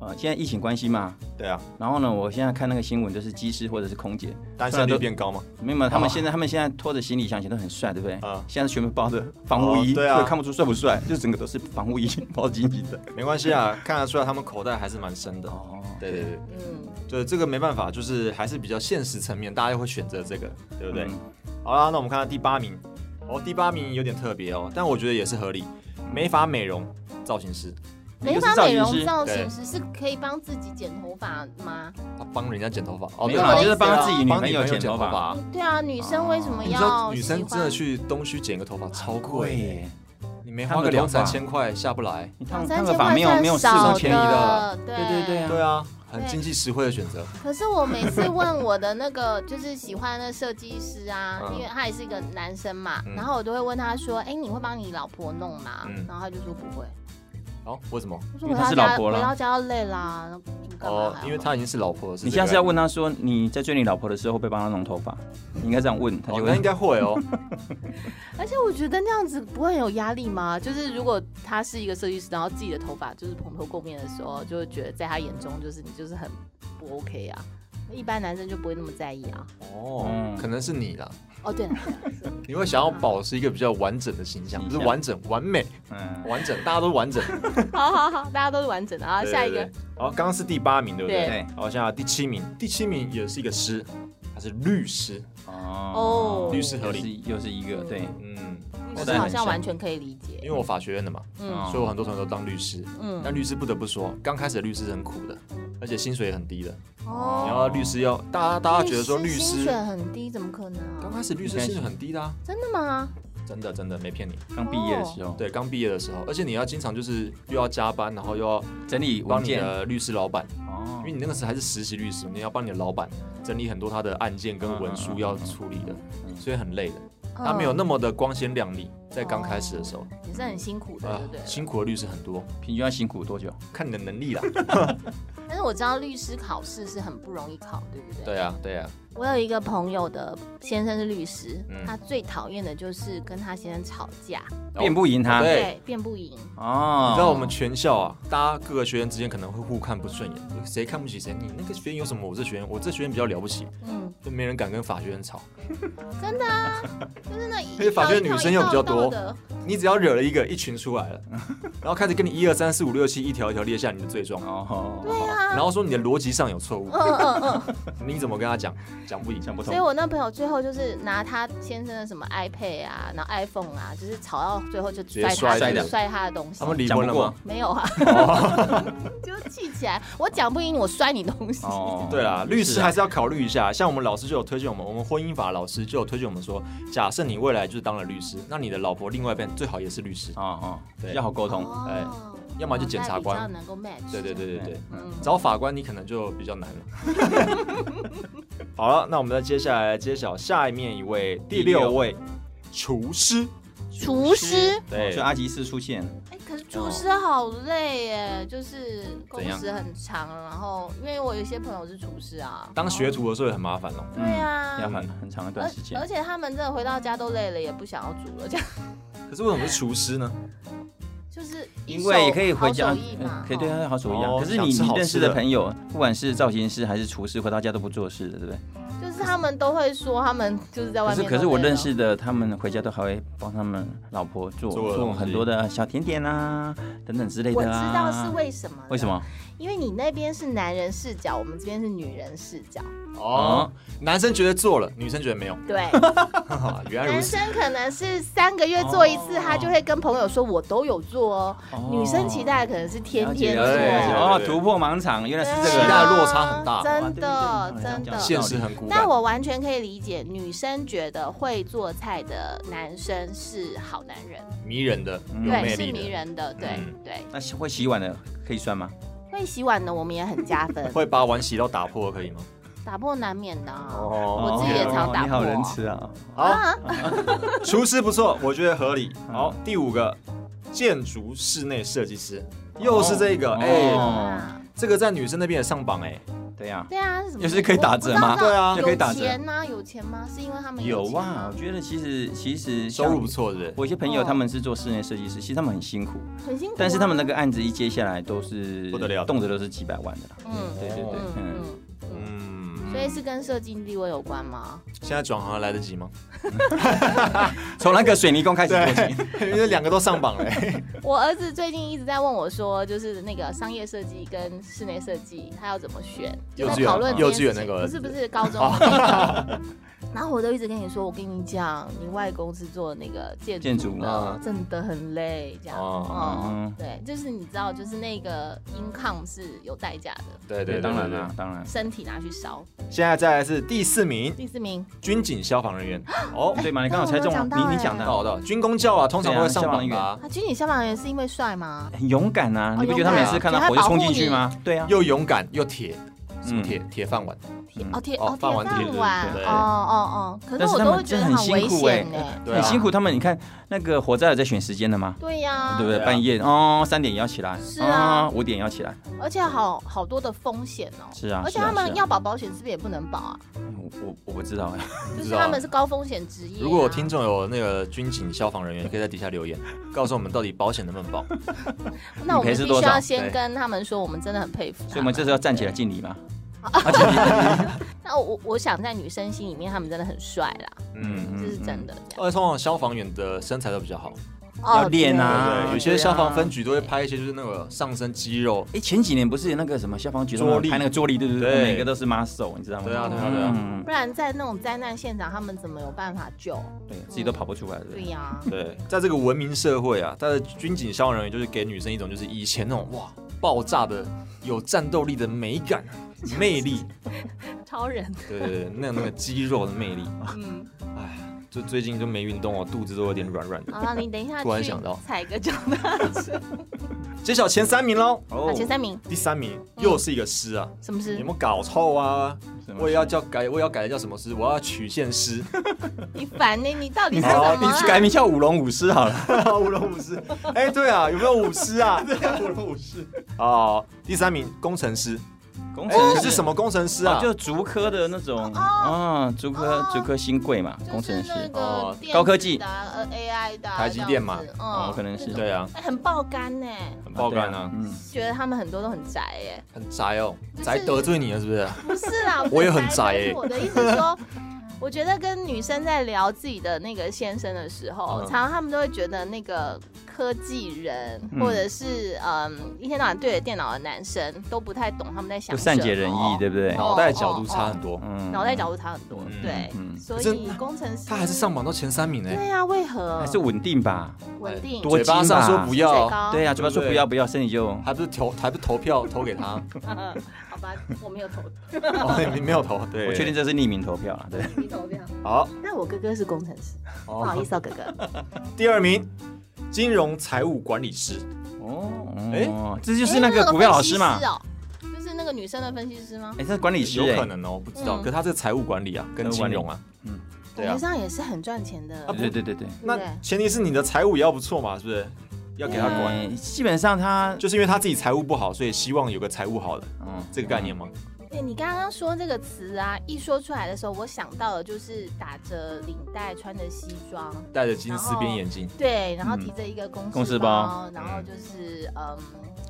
S3: 呃，现在疫情关系嘛，
S4: 对啊，
S3: 然后呢，我现在看那个新闻，就是机师或者是啊空姐，
S4: 单身率变高嘛，
S3: 没有没有，他们现在他们现在拖着行李箱显得很帅，对不对
S4: 啊？
S3: 现在全部包着防护衣，
S4: 哦对啊
S3: 所以看不出帅不帅，就整个都是防护衣 包紧紧的。
S4: 没关系啊，看得出来他们口袋还是蛮深的。
S3: 哦，
S4: 对对对，
S2: 嗯，
S4: 就是这个没办法，就是还是比较现实层面，大家会选择这个，对不对？
S3: 嗯
S4: 好啦，那我们看到第八名，哦，第八名有点特别哦，但我觉得也是合理，美发美容造型师，
S2: 美
S3: 一个
S2: 发
S3: 是造
S2: 美
S3: 型
S2: 容
S3: 师
S2: 造
S4: 对
S2: 型师是可以帮自己剪头发吗？
S4: 他帮人家剪头发，哦，
S3: 没
S4: 对
S3: 有
S2: 我
S4: 啦
S2: 的
S3: 啊，
S2: 意
S3: 就
S2: 思
S3: 是帮他自己女
S4: 帮
S3: 朋友
S4: 剪
S3: 剪头发，
S4: 发。
S2: 对啊，女生为什么
S4: 哦你知道
S2: 要喜
S4: 女生真的
S2: 欢
S4: 去东区剪个头发超贵耶，
S3: 贵，
S4: 你没
S3: 他
S4: 花
S3: 们
S4: 个
S3: 的
S4: 两
S3: 头发
S4: 三千块下不来。
S3: 你
S2: 两
S3: 烫
S2: 三
S3: 烫
S2: 千
S3: 个发
S2: 块
S3: 没有没有
S2: 算
S3: 四五
S2: 少
S4: 算
S3: 千，
S4: 便宜的
S2: 的，
S3: 对对对啊
S4: 对啊，很
S2: 对
S4: 经济实惠的选择。
S2: 可是我每次问我的那个就是喜欢的设计师啊，
S4: 嗯
S2: 因为他也是一个男生嘛，
S4: 嗯
S2: 然后我都会问他说：“哎，你会帮你老婆弄吗
S4: 嗯？”
S2: 然后他就说不会，
S4: 哦，为什么？
S2: 我说
S3: 因为他
S2: 回到
S3: 是
S2: 家
S3: 老婆
S2: 回
S3: 啦
S2: 到家要累啦，那你干嘛
S4: 哦
S2: 还，要
S4: 因为他已经是老婆了。是
S3: 你
S4: 这个
S3: 下次要问他说你在追你老婆的时候会不会帮她弄头发？你应该这样问，他
S4: 哦
S3: 就，
S4: 那
S3: 会
S4: 应。该会 哦。
S2: 而且我觉得那样子不会很有压力吗？就是如果他是一个设计师，然后自己的头发就是蓬头垢面的时候，就会觉得在他眼中就是你就是很不 OK 啊。一般男生就不会那么在意啊。
S4: 哦
S3: 嗯，
S4: 可能是你啦，
S2: 哦， 对了，
S4: 你会想要保持一个比较完整的形象，
S3: 形
S4: 不是
S3: 象
S4: 完整、完美、
S3: 嗯，
S4: 完整，大家都完整。
S2: 好好好，大家都是完整的啊。
S4: 对
S2: 下一。个
S4: 对对好，刚刚是第八名，对不对？
S3: 对
S4: 好，现在第七名，第七名也是一个师，他是律师。
S3: 哦
S2: 哦
S4: 律师合
S3: 又
S4: 理
S3: 是又是一个对，
S4: 嗯，
S3: 后
S2: 我是
S3: 代
S2: 好
S3: 很
S2: 像
S3: 像
S2: 完全可以理解。
S4: 因为我法学院的嘛，
S2: 嗯
S4: 所以我很多同学都当律师。
S2: 嗯
S4: 哦但律师不得不说，刚开始的律师是很苦的，而且薪水也很低的。
S2: 哦
S4: 然后律师要大家大家觉得说律
S2: 薪
S4: 师
S2: 水很低，怎么可能
S4: 刚
S2: 啊？
S4: 开始律师薪水很低的、啊，
S2: 真的吗？
S4: 真的真的没骗你。
S3: 刚毕业的时候，
S4: 对，刚毕业的时候，而且你要经常就是又要加班，然后又要
S3: 整理文
S4: 帮你
S3: 件，
S4: 的律师老板，
S3: 哦
S4: 因为你那个时候还是实习律师，你要帮你的老板整理很多他的案件跟文
S3: 嗯嗯
S4: 书
S3: 嗯
S4: 要处理的，
S3: 嗯
S4: 所以很累的。
S2: 嗯
S4: 他没有那么的光鲜亮丽，在刚开始的时候，
S2: 也是很辛苦的，
S4: 啊
S2: 哦对不，对？
S4: 辛苦的律师很多，
S3: 平均要辛苦多久？
S4: 看你的能力啦。
S2: 但是我知道律师考试是很不容易考，对 不对？
S4: 对啊，对啊，
S2: 我有一个朋友的先生是律师，
S4: 嗯
S2: 他最讨厌的就是跟他先生吵架，
S3: 辩不赢他
S4: 哦对
S2: 对，辩不赢。
S3: 哦，
S4: 你知道我们全校啊，大家各个学员之间可能会互看不顺眼，谁看不起谁？你那个学员有什么？我这学员，我这学员比较了不起，
S2: 嗯，
S4: 就没人敢跟法学院吵。
S2: 真的啊，就是 那一
S4: 而且法学
S2: 套
S4: 女
S2: 一套
S4: 生
S2: 一
S4: 又比较
S2: 套
S4: 多嗯
S2: 的
S4: 你只要惹了一个，一群出来了，然后开始跟你一二三四五六七一条一条列下你的罪状，
S3: 哦，
S2: 对啊
S4: 然。后说你的逻辑上有错误，
S2: 嗯嗯嗯，
S4: 你怎么跟他讲？讲不赢，
S3: 想不
S2: 所
S3: 通
S2: 以，我那朋友最后就是拿他先生的什么 iPad 啊，然后 iPhone 啊，就是吵到最后就
S4: 直接
S2: 摔他
S4: 摔
S3: 掉
S2: 摔他的东西
S4: 他。们离哦婚了吗？
S2: 没有啊， 就是气起来，我讲不赢，我摔你东西。
S3: 哦
S4: 对啦，律师
S3: 啊
S4: 还是要考虑一下。像我们老师就有推荐我们，我们婚姻法老师就有推荐我们说，假设你未来就是当了律师，那你的老婆另外一边最好也是律师，
S3: 哦哦，
S4: 对
S3: 比较好沟通，
S4: 哎要么就检察官
S2: 哦那比较能够 match。
S4: 对对对对对，
S3: 嗯，
S4: 找法官你可能就比较难了。 好了，那我们再接下来揭晓下面一位第
S3: 第
S4: 六
S3: 六
S4: 位厨师，
S2: 厨师，
S3: 对，
S4: 对
S3: 哦所以，阿吉斯出现，
S2: 哎、可是厨
S3: 哦
S2: 师好累耶，就是工
S4: 怎样
S2: 时很长，然后因为我有一些朋友是厨师啊，
S4: 当学徒的时候也很麻烦哦。
S2: 对啊
S3: 嗯要很很长一段
S2: 而
S3: 时间
S2: 而，且他们真的回到家都累了，也不想要煮了，这样
S4: 可是为什么是厨师呢？
S2: 就是一
S3: 因为
S2: 手
S3: 也可以回家，
S2: 好手艺
S3: 嗯
S2: 嘛，
S3: 可以对
S2: 哦
S3: 他好手艺啊
S4: 哦。
S3: 可是
S4: 想
S3: 你
S4: 吃
S3: 你
S4: 好
S3: 认
S4: 吃
S3: 识
S4: 的
S3: 的朋友，不管是造型师还是厨师，回到家都不做事的，对不对？
S2: 就是他们都会说他们就是在
S3: 可
S2: 外
S3: 是
S2: 面都累了。
S3: 可是我认识的，啊他们回家都还会帮他们老婆做
S4: 做的东
S3: 做
S4: 西
S3: 很多的小甜点啊，等等之类
S2: 我
S3: 的
S2: 知道
S3: 啊。
S2: 是为什么，
S3: 为什？么？
S2: 因为你那边是男人视角，我们这边是女人视角，
S4: 哦，男生觉得做了，女生觉得没有。
S2: 对。
S4: 哈，原来如
S2: 男
S4: 此
S2: 生。可能是三个月做一次，
S3: 哦
S2: 他就会跟朋友说：“我都有做哦。”
S3: 哦
S2: 女生期待可能是天
S3: 了解
S2: 天
S3: 了解
S2: 做，
S3: 哦，
S4: 对对对
S3: 突破盲场，原来是这
S4: 期
S3: 个
S4: 待
S3: 啊。
S4: 落差很大
S2: 真
S3: 哇
S2: 的
S3: 对对对
S2: 真
S3: 这样
S2: 的
S3: 讲。
S4: 现实很骨感
S2: 但。我完全可以理解，女生觉得会做菜的男生是好男人，
S4: 迷人的，
S3: 嗯
S4: 有
S2: 对，
S4: 魅
S2: 是
S4: 力
S2: 迷
S4: 的，
S2: 人的，对
S4: 嗯
S2: 对。
S3: 那会洗碗的可以算吗？
S2: 会洗碗的我们也很加分，
S4: 会把碗洗到打破，可以吗？
S2: 打破难免的啊。
S4: 哦
S2: 我自己也常
S3: 哦
S2: 打
S3: 你好
S2: 破
S3: 仁慈啊！
S4: 好，厨师不错，我觉得合理。好，第五个，建筑室内设计师，又是这个，
S3: 哦
S4: 哎，
S2: 啊
S4: 这个在女生那边也上榜，哎，
S3: 对呀，
S2: 对啊，是什么？
S3: 也是可以打折嘛
S2: 我不知道
S4: 对啊
S3: 就可以打折
S2: 有钱呐，有钱吗？是因为他们
S3: 有
S2: 钱
S3: 啊，
S2: 吗
S3: 我？觉得其实其实
S4: 收
S3: 像
S4: 入不错，是不是？
S3: 我有些朋友
S2: 哦
S3: 他们是做室内设计师，其实他们很辛苦，
S2: 很辛苦啊。
S3: 但是他们那个案子一接下来都是
S4: 不得了
S3: 动辄都是几百万的啦。
S2: 嗯
S3: 对对对，嗯，
S2: 嗯嗯嗯，
S4: 嗯，
S2: 所以是跟设计地位有关吗？
S4: 现在转行还来得及吗？
S3: 从那个水泥工开始做起。
S4: 因为两个都上榜了，哎
S2: 我儿子最近一直在问我说，就是那个商业设计跟室内设计，他要怎么选？
S4: 幼
S2: 在
S4: 稚园
S2: 讨论
S4: 幼
S2: 这
S4: 稚
S2: 件
S4: 园
S2: 事
S4: 那
S2: 情
S4: 个
S2: 不是不是高中的那个。 然后我都一直跟你说，我跟你讲，你外公是做那个建
S3: 建
S2: 筑
S3: 筑
S2: 的
S4: 啊，
S2: 真的很累，这样。
S4: 哦
S2: 嗯，对，就是你知道，就是那个 income 是有代价的，
S4: 对
S3: 对，
S4: 对，
S3: 当然
S4: 对
S2: 啊
S3: 啦，。当然，
S2: 身体拿去烧。
S4: 对现在再来是第四名，
S2: 第四名，
S4: 军警消防人员。哦，
S3: 对嘛？你刚好
S2: 刚
S3: 猜
S2: 刚
S3: 中
S2: 我
S3: 了，
S2: 们
S3: 你你
S2: 讲
S3: 讲
S2: 到
S3: 的啊
S2: 欸
S4: 好的，军工教啊，通常都会上榜
S3: 对
S4: 的
S3: 啊
S4: 啊。
S2: 啊，军警消防员是因为帅吗？
S3: 很勇敢呐，
S2: 哦
S3: 你不觉得他每次看到火就冲进去吗？对啊，
S4: 又勇敢又铁，什么
S3: 嗯
S4: 铁铁饭碗？
S2: 铁
S3: 嗯
S2: 哦铁
S4: 哦
S2: 哦铁
S4: 饭碗铁
S2: 饭
S4: 路
S2: 碗
S4: 对
S2: 哦哦哦，可是
S3: 但是
S2: 我
S3: 他
S2: 都
S3: 们
S2: 会觉
S3: 真
S2: 得
S3: 很
S2: 很
S3: 辛
S2: 危
S3: 苦
S2: 险
S3: 欸
S2: 呢。
S4: 对啊
S3: 很辛苦。他们你看那个火灾有在选时间的吗？
S2: 对呀，
S3: 对不对？
S4: 对啊
S3: 半夜哦，三点也要起来，
S2: 是啊
S3: 哦五点也要起来，
S2: 而且好好多的风险哦。
S3: 是啊
S2: 而且
S3: 是啊
S2: 他们
S3: 是啊
S2: 要保保险是不是也不能保啊？
S3: 我我我不知 道哎，
S2: 就
S4: 知
S2: 是
S4: 道啊
S2: 他们是高风险职业啊。
S4: 如果听众有那个军警消防人员，可以在底下 留言，告诉我们到底保险能不能保。
S2: 那我
S3: 理
S2: 们
S3: 赔
S2: 必
S3: 是
S2: 须
S3: 多少
S2: 要先
S4: 对
S2: 跟他们说，我们真的很佩服他们。
S3: 所以我们这时候站起来敬礼嘛。
S2: 那我我想在女生心里面，他们真的很帅啦，
S4: 嗯，
S2: 这是真的。这样哦
S4: 而且通常消防员的身材都比较好，嗯
S3: 要练啊
S4: 对不对？有些消防分
S2: 局
S4: 局都会拍一些就是那个上身肌肉，
S3: 哎，前几年不是有那个什么消防局他
S4: 桌
S3: 们
S4: 立
S3: 拍那个桌立，对对对，
S4: 对
S3: 每个都是 muscle，你知道吗？
S4: 对啊对
S2: 啊对
S4: 啊
S3: 嗯
S2: 不，然在那种灾难现场，他们怎么有办法救？
S3: 对，自己都跑不出来了。
S2: 对呀、
S4: 对，在这个文明社会啊，他的军警消防人员就是给女生一种就是以前那种哇爆炸的有战斗力的美感、魅力，
S2: 超人，
S4: 对对对，那那个肌肉的魅力，
S2: 嗯，
S4: 哎，就最近就没运动哦，肚子都有点软软的。
S2: 好了，你等一下
S4: 突然
S2: 去
S4: 想到
S2: 踩个脚踏车。
S4: 揭晓前三名喽，
S2: 啊，
S3: 哦
S2: 前三名
S4: 第三名又是一个诗啊，
S2: 什么
S4: 有
S2: 事
S4: 没？有搞错啊？
S3: 什么
S4: 我也要叫改，我也要改的叫什么诗？我要曲线诗。
S2: 你烦呢、你到底是什么、
S4: 好
S2: 啊？
S4: 你去改名叫舞龙舞狮好了， 舞龙舞狮。哎，对啊，有没有舞狮 啊？舞龙舞狮。哦，第三名工程师，
S3: 工
S4: 哎
S3: 程
S4: 你
S3: 师
S4: 是什么工程师
S3: 啊
S4: 啊？？
S3: 就竹科的那种啊，竹科竹科新贵嘛，工程师
S2: 哦就是那个
S4: 哦
S2: 电
S3: 高科
S2: 子
S3: 技
S2: 的啊呃 AI 的啊
S4: 台积电嘛
S2: 这样子
S3: 哦
S2: 嗯，
S3: 可能是
S4: 对啊，
S2: 哎很爆肝呢、
S4: 很爆肝啊，
S3: 嗯，
S2: 觉得他们很多都很宅哎、
S4: 很宅哦，
S2: 就是
S4: 宅得罪你了是哦不是？
S2: 不是 啦，
S4: 我也很宅
S2: 但
S4: 哎
S2: 是我的意思是说。我觉得跟女生在聊自己的那个先生的时候，
S4: 嗯
S2: 常常他们都会觉得那个科技人，
S3: 嗯
S2: 或者是嗯一天到晚对着电脑的男生，都不太懂他们在想
S3: 就
S2: 什么。
S3: 善解人意，对不对？
S4: 脑袋角度差很多，
S3: 嗯
S2: 哦脑袋角度差很多，
S4: 嗯
S2: 对，
S3: 嗯
S2: 所
S4: 可
S2: 以
S4: 是
S2: 工程师
S4: 他还是上榜到前三名呢。
S2: 对呀，为何
S3: 还是稳定吧？
S2: 稳定
S3: 多啊
S4: 嘴巴上说不
S2: 薪水
S4: 要，
S2: 高
S3: 对呀，嘴巴说
S4: 对
S3: 不要不要，身体就
S4: 还不是投，还不是投票投给 他？
S2: 好吧，我没有投，
S4: 哦，你没有投，对，
S3: 我确定这是匿名投票了，啊对。
S2: 你投票。
S4: 好，
S2: 那我哥哥是工程师，不好意思哦，哥哥。
S4: 第二名，金融财务管理师，
S3: 哦，
S4: 哎
S3: 哎，这就
S2: 就是
S3: 那个股票老师
S2: 哎
S3: 嘛，
S2: 啊哦就是那个女生的分析师吗？
S3: 哎，他是管理师
S4: 有
S3: 哎
S4: 可，能哦，不知道。
S2: 嗯
S4: 可他这个财务管理啊，跟金融啊，对啊
S2: 感觉上也是很赚钱的，
S3: 对对对对对，
S2: 对
S4: 那前提是你的财务也要不错嘛，是不是？要给他管，
S3: 哎基本上他
S4: 就是因为他自己财务不好，所以希望有个财务好的
S3: 嗯
S4: 这个概念吗？
S2: 对你刚刚说这个词啊，一说出来的时候，我想到的就是打着领带，穿着西装，
S4: 戴着金丝边眼镜，
S2: 对，然后
S3: 嗯
S2: 提着一个公
S3: 公
S2: 事
S3: 事
S2: 包
S3: 包，
S2: 然后就是嗯，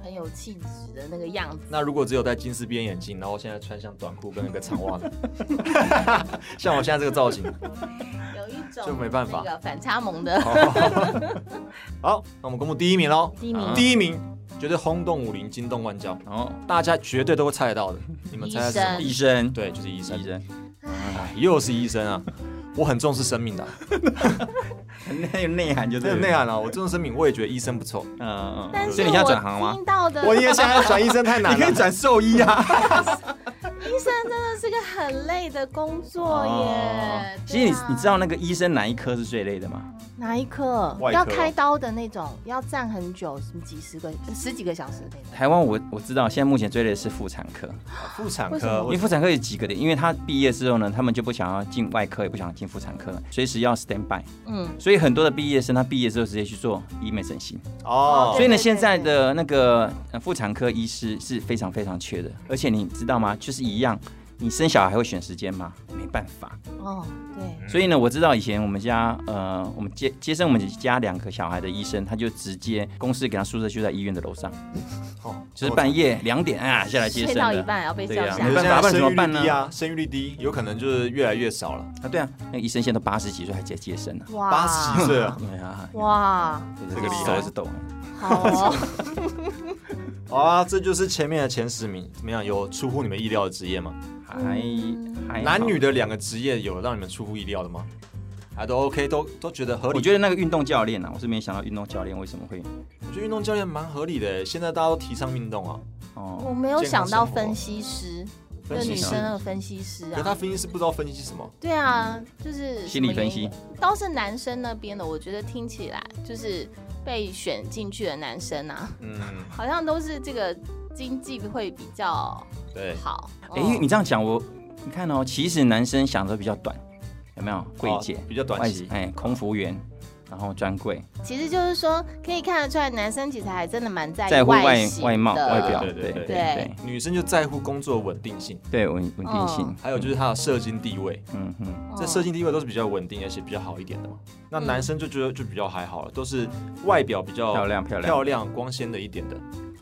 S2: 很有气质的那个样子。
S4: 那如果只有戴金丝边眼镜，然后现在穿像短裤跟那个长 袜呢？像我现在这个造型。
S2: 有一种
S4: 就没办法
S2: 那个反差
S3: 啊
S2: 萌的。
S4: 好，那我们公布第一名喽。
S2: 第一名
S4: 第一名绝对轰动武林，惊动万教，
S3: 哦，
S4: 大家绝对都会猜得到的。你们猜猜是什么？
S2: 嗯
S3: 医生，
S4: 对，就是医生
S3: 医。生，
S4: 哎，又是医生啊！我很重视生命的，
S3: 很有内涵就对
S4: 真的
S3: 了
S4: 内，涵啊！我重视生命，我也觉得医生不错。
S3: 嗯嗯
S2: 但
S3: 嗯，
S2: 是
S3: 所以
S2: 我
S3: 你现在转行吗？
S2: 听到的，
S4: 我因为现在要转医生太难
S3: 你可以
S4: 了。
S3: 转兽医啊。
S2: 医生真的是个很累的工作耶
S3: 哦。其实你
S2: 对啊
S3: 你知道那个医生哪一科是最累的吗？
S2: 哪一科
S4: 外科
S2: 要开刀的那种，要站很久，什么几十个、十几个小时的那种。
S3: 台湾我我知道，现在目前最累的是妇产科，
S4: 妇产
S2: 为什么
S4: 科，
S3: 因
S4: 我
S3: 为妇产科有几个点，因为他毕业之后呢，他们就不想要进外科，也不想要进妇产科了，随时要 stand by，
S2: 嗯，
S3: 所以很多的毕业生他毕业之后直接去做医美整形，
S4: 哦
S3: 所以
S2: 对对
S3: 呢，
S2: 对
S3: 现在的那个呃妇产科医师是非常非常缺的，而且你知道吗？就是一样。你生小孩还会选时间吗？没办法，
S2: 哦，对，
S3: 所以呢，我知道以前我们家，呃，我们接接生我们家两个小孩的医生，他就直接公司给他宿舍就在医院的楼上，
S4: 哦
S3: 就是半夜两点啊下来接
S2: 睡
S3: 生
S2: 到
S3: 的
S2: 一半要被叫
S3: 对呀
S2: 下
S3: 没
S4: 哦
S2: 来
S3: 办。法不然怎
S4: 生育
S3: 么
S4: 率
S3: 办呢
S4: 低啊，生育率低，有可能就是越来越少了。
S3: 啊，对啊，那个医生现在都八十几岁还在接生呢、
S2: 哇
S4: 八十几岁了，
S3: 对啊，
S2: 哇，
S4: 这个厉害
S3: 手是抖，
S2: 好哦，
S4: 好啊，这就是前面的前十名，怎么样？有出乎你们意料的职业吗？
S3: 还还好
S4: 男女，的两个职业有让你们出乎意料的吗？还都 OK，都都觉得合理。
S3: 我觉得那个运动教练啊，我是没想到运动教练为什么会
S4: 我觉得运动教练蛮合理的，现在大家都提倡运动啊。
S3: 哦，
S2: 我没有想到分析师，就
S4: 分析
S2: 女
S4: 师
S2: 生，啊的分析师
S4: 可是他
S2: 啊。
S4: 分析师不知道分析是什么，
S2: 对啊，就是
S3: 心理分析
S2: 什么原因，倒是男生那边的，我觉得听起来就是被选进去的男生啊，
S4: 嗯，
S2: 好像都是这个经济会比较
S4: 对，
S2: 好。
S3: 哎、
S2: 嗯
S3: 你这样讲我，你看哦，其实男生想的比较短，有没有？柜姐、
S4: 哦比较短期
S3: 外哎，空服员，然后专柜，
S2: 其实就是说，可以看得出来，男生其实还真的蛮在意
S3: 在乎外
S2: 哎形的
S3: 外貌、外表，
S4: 对对
S3: 对
S4: 对
S2: 对
S4: 女生就在乎工作稳定性，
S3: 对稳稳定
S2: 哦
S3: 性，
S4: 还有就是她的社经地位，
S3: 嗯嗯，
S2: 嗯
S4: 这社经地位都是比较稳定而且比较好一点的嘛。那男生就觉得就比较还好了，都是外表比较
S3: 漂亮漂亮，
S4: 嗯漂亮嗯光鲜的一点的，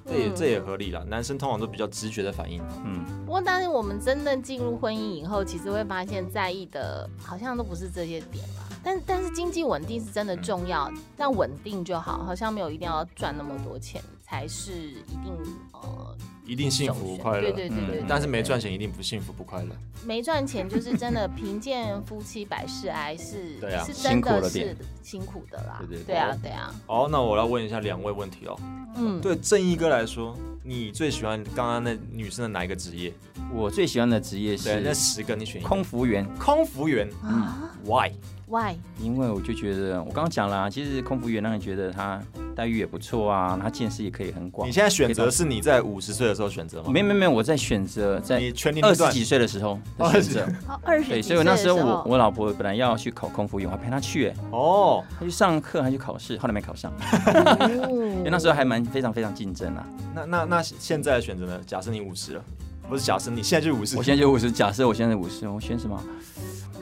S4: 这也这也合理啦。男生通常都比较直觉的反应，
S3: 嗯，
S2: 不过，但是我们真正进入婚姻以后，其实会发现在意的，好像都不是这些点吧？但但是经济稳定是真的重要，但稳定就好，好像没有一定要赚那么多钱才是一定呃
S4: 一定幸
S2: 首
S4: 福
S2: 选
S4: 快
S2: 对，
S4: 乐
S2: 对对对
S3: 嗯
S2: 对
S4: 但是没
S2: 对
S4: 赚钱一定不幸福不快乐。
S2: 没赚钱就是真的贫贱夫妻百事哀是，
S4: 对啊
S2: 是真
S3: 辛苦了
S2: 的是
S3: 点
S2: 辛苦的啦，
S3: 对对对
S2: 啊对啊，
S4: 好，那我来问一下两位问题哦。
S2: 嗯，
S4: 对正义哥来说，你最喜欢刚刚那女生的哪一个职业？
S3: 我最喜欢的职业
S4: 对，那
S3: 是
S4: 十个你选一个。
S3: 空服员，
S4: 空服员嗯
S2: 啊
S4: ，Why？
S2: ，why？
S3: 因为我就觉得我刚刚讲了啊，其实空服员让人觉得他待遇也不错啊，他见识也可以很广
S4: 你。现在选择是你在五十岁的时候选择吗？
S3: 没没没，我在选择在
S4: 你确定
S3: 二
S4: 那
S3: 十
S4: 段
S3: 几岁的时候的选择，
S2: 哦，二十
S3: 对，
S2: 几
S3: 所
S2: 岁
S3: 以我
S2: 的
S3: 那时候我我老婆本来要去考空服员，我还陪她去、欸，
S4: 哦，
S3: 她去上课，还去考试，后来没考
S2: 哦
S3: 上， 因为
S2: 我
S3: 那时候还蛮非常非常竞争啊。
S4: 那那那现在的选择呢？假设你五十了，不是假设你现在就五十，
S3: 我现在就五十，假设我现在五十，我选什么？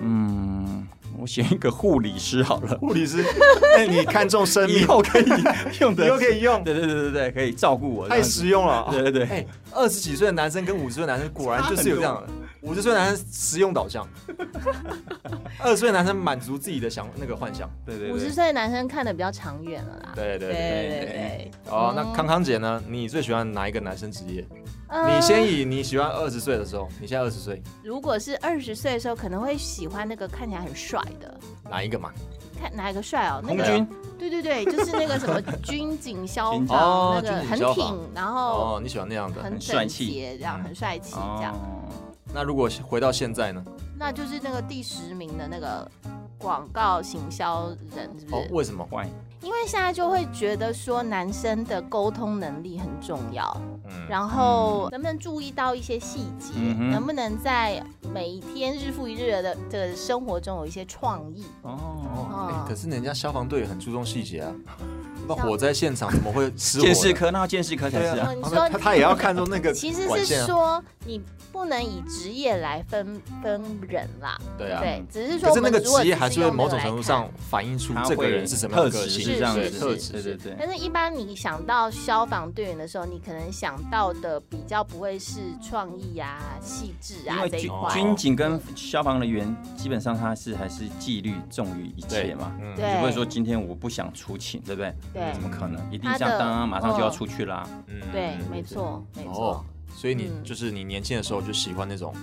S3: 嗯，我选一个护理师好 了，
S4: 护理师，那哎你看重生
S3: 以
S4: 命，
S3: 后可以用
S4: 你
S3: 的，
S4: 又可 以用，
S3: 对对对对对，可以照顾我，
S4: 太实用了。
S3: 对对对
S4: 哎，二十几岁的男生跟五十岁的男生果然就是有这样的，五十岁的男生实用导向，二十岁的男生满足自己的想那个幻想。
S3: 对
S2: 五十岁的男生看的比较长远了啦，
S4: 对对
S2: 对
S4: 对。
S2: 对
S3: 对
S2: 对，
S4: 哦，那
S2: 嗯
S4: 康康姐呢？你最喜欢哪一个男生职业？
S2: 呃
S4: 你先以你喜欢二十岁的时候，你现在二十岁，
S2: 如果是二十岁的时候，可能会喜欢那个看起来很帅的。
S4: 哪一个嘛？
S2: 看哪一个帅哦？那
S3: 空
S2: 个
S3: 军
S2: 对 对对，就是那个什么军警消
S3: 军警
S2: 防，
S4: 哦
S2: 那个
S4: 军警
S2: 很
S4: 消防
S2: 挺，然后
S4: 哦，你喜欢那样的。
S2: 很
S3: 很帅
S2: 整
S3: 气
S2: 洁，这样
S4: 嗯
S2: 很帅气这样。
S3: 哦
S4: 那如果回到现在呢？
S2: 那就是那个第十名的那个广告行销人，是不
S4: 哦，
S2: 是？
S4: 为什么？
S3: 喂，
S2: 因为现在就会觉得说男生的沟通能力很重要，
S4: 嗯，
S2: 然后能不能注意到一些细节，
S3: 嗯哼
S2: 能不能在每一天日复一日的的生活中有一些创意？
S3: 哦，
S4: 哦
S2: 哦，
S4: 哎可是人家消防队很注重细节啊，那
S2: 消
S4: 火灾现场怎么会失火呢？
S3: 见识科，那见识科才
S4: 对
S3: 是啊
S4: 啊
S2: 哦，你
S4: 他
S2: 说
S4: 们他他也要看中那 个
S2: 其实
S4: 管
S2: 是
S4: 线啊，
S2: 说你不能以职业来分分人啦，
S4: 对啊。
S2: 对，只是说
S4: 可
S2: 我
S4: 是那
S2: 们
S4: 个
S2: 如果
S4: 职业
S2: 只
S4: 还是
S2: 用
S4: 会
S2: 那
S4: 某
S2: 个
S4: 种
S2: 来
S4: 程度
S2: 看
S4: 上反映出
S3: 他
S4: 这个
S3: 会
S4: 人是什么样的
S3: 特
S4: 个
S3: 质
S4: 性，
S2: 是
S3: 这样
S2: 是
S3: 子，
S4: 对特质
S3: 对对对。
S2: 但是，一般你想到消防队员的时候，你可能想到的比较不会是创意啊、细致
S3: 因
S2: 啊
S3: 为
S2: 这一
S3: 军
S2: 块。
S3: 军警跟消防人员，基本上他是还是纪律重于一切嘛。
S4: 嗯
S2: 对
S3: 你不会说今天我不想出勤，对不对？
S2: 对
S3: 怎么可能？一定
S2: 他
S3: 这样，
S2: 的
S3: 当然马上就要
S2: 嗯
S3: 出去啦。
S4: 嗯
S2: 对，没错，没
S4: 哦
S2: 错。，
S4: 所以你
S2: 嗯
S4: 就是你年轻的时候就喜欢那种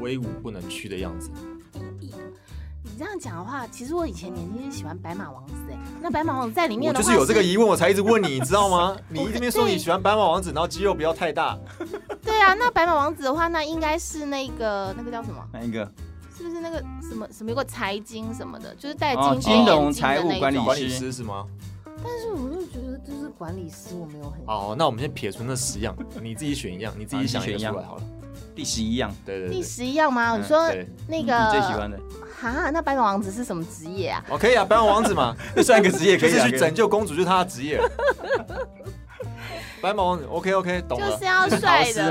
S4: 威武不能屈的样子，
S2: 你这样讲的话，其实我以前年轻是喜欢白马王子哎，那白马王子在里面
S4: 我
S2: 的
S4: 就
S2: 话
S4: 是有这个疑问，我才一直问你，你知 道吗？你一边说你喜欢白马王子，然后肌肉不要太大，
S2: 对啊，那白马王子的话，那应该是那个那个叫什么？
S3: 那一个
S2: 是不是那个什么什么有个财经什么的，就是戴
S3: 哦
S2: 金
S3: 金融
S2: 眼镜的
S3: 财务
S2: 那一
S3: 管理
S2: 种
S4: 管理师是吗？
S2: 但是我就觉得，就是管理师我没有很。
S4: 哦，那我们先撇除那十样，你自己选一样，你自己想一个出来好了。
S3: 第十一样，
S4: 对对
S2: 第
S4: 对，
S2: 十一样吗？
S3: 嗯
S2: 你说
S4: 对
S2: 那
S3: 你
S2: 个
S3: 最喜欢的，
S2: 哈，那白马王子是什么职业啊？
S4: 哦，可以啊，白马王子 嘛，
S3: 算一个职业
S4: 就
S3: 可以
S4: 是
S3: 啊
S4: 去拯救公主，就是他的职业。白马王子，OK OK，懂
S2: 就
S4: 了
S2: 是。要帅
S3: 陶
S2: 的
S3: 斯
S2: 啦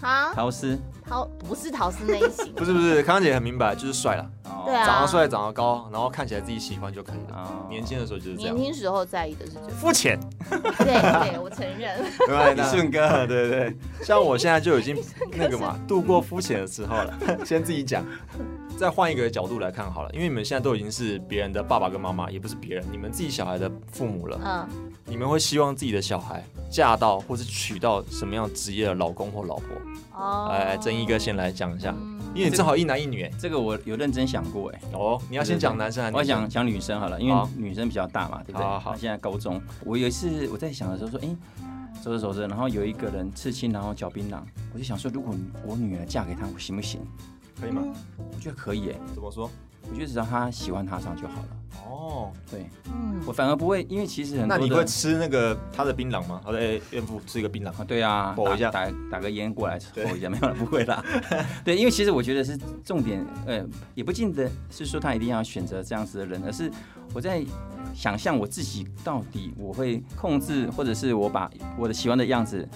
S3: 吗，
S2: 啊，
S3: 陶斯。
S2: 陶不是陶斯那一型，
S4: 不是不是，康康姐很明白，就是帅了，
S3: 哦
S2: 对啊
S4: 长得帅，长得高，然后看起来自己喜欢就可以了。
S3: 哦
S4: 年轻的时候就是这
S2: 年
S4: 样，
S2: 轻时候在意的是这个，
S4: 肤浅，
S2: 对对，我承认，
S4: 对吧？
S3: 李
S4: 那
S3: 顺哥，
S4: 对对，像我现在就已经那个嘛，度过肤浅的时候了。 先自己讲，再换一个角度来看好了，因为你们现在都已经是别人的爸爸跟妈妈，也不是别人，你们自己小孩的父母了，
S2: 嗯，
S4: 你们会希望自己的小孩嫁到或是娶到什么样职业的老公或老婆？
S2: 哦，
S4: 哎、正啊一哥先来讲一下，
S2: 嗯，
S4: 因为你正好一男一女，哎，
S3: 这个我有认真想过哎。
S4: 哦，你要先讲男生还是
S3: 我
S4: 女生？
S3: 想讲女生好了，因
S4: 好
S3: 为女生比较大嘛，对不对？
S4: 好好好
S3: 她现在高中，我有一次我在想的时候说，哎、走着走着，然后有一个人刺青，然后嚼槟榔，我就想说，如果我女儿嫁给他，我行不行？
S4: 可以吗？
S3: 我觉得可以哎，
S4: 怎么说？
S3: 我觉得只要她喜欢他上就好了。
S4: 哦，
S3: 对
S2: 嗯，
S3: 我反而不会，因为其实很多
S4: 那
S3: 的
S4: 你会吃那个他的槟榔吗？好的，哎，孕妇吃一个槟榔，
S3: 啊，对啊，
S4: 吼
S3: 打
S4: 一下
S3: 打打个烟过来吼一下，没有了，不会啦。 对，因为其实我觉得是重点，呃，也不见得是说他一定要选择这样子的人，而是我在想象我自己到底我会控制，或者是我把我的喜欢的样子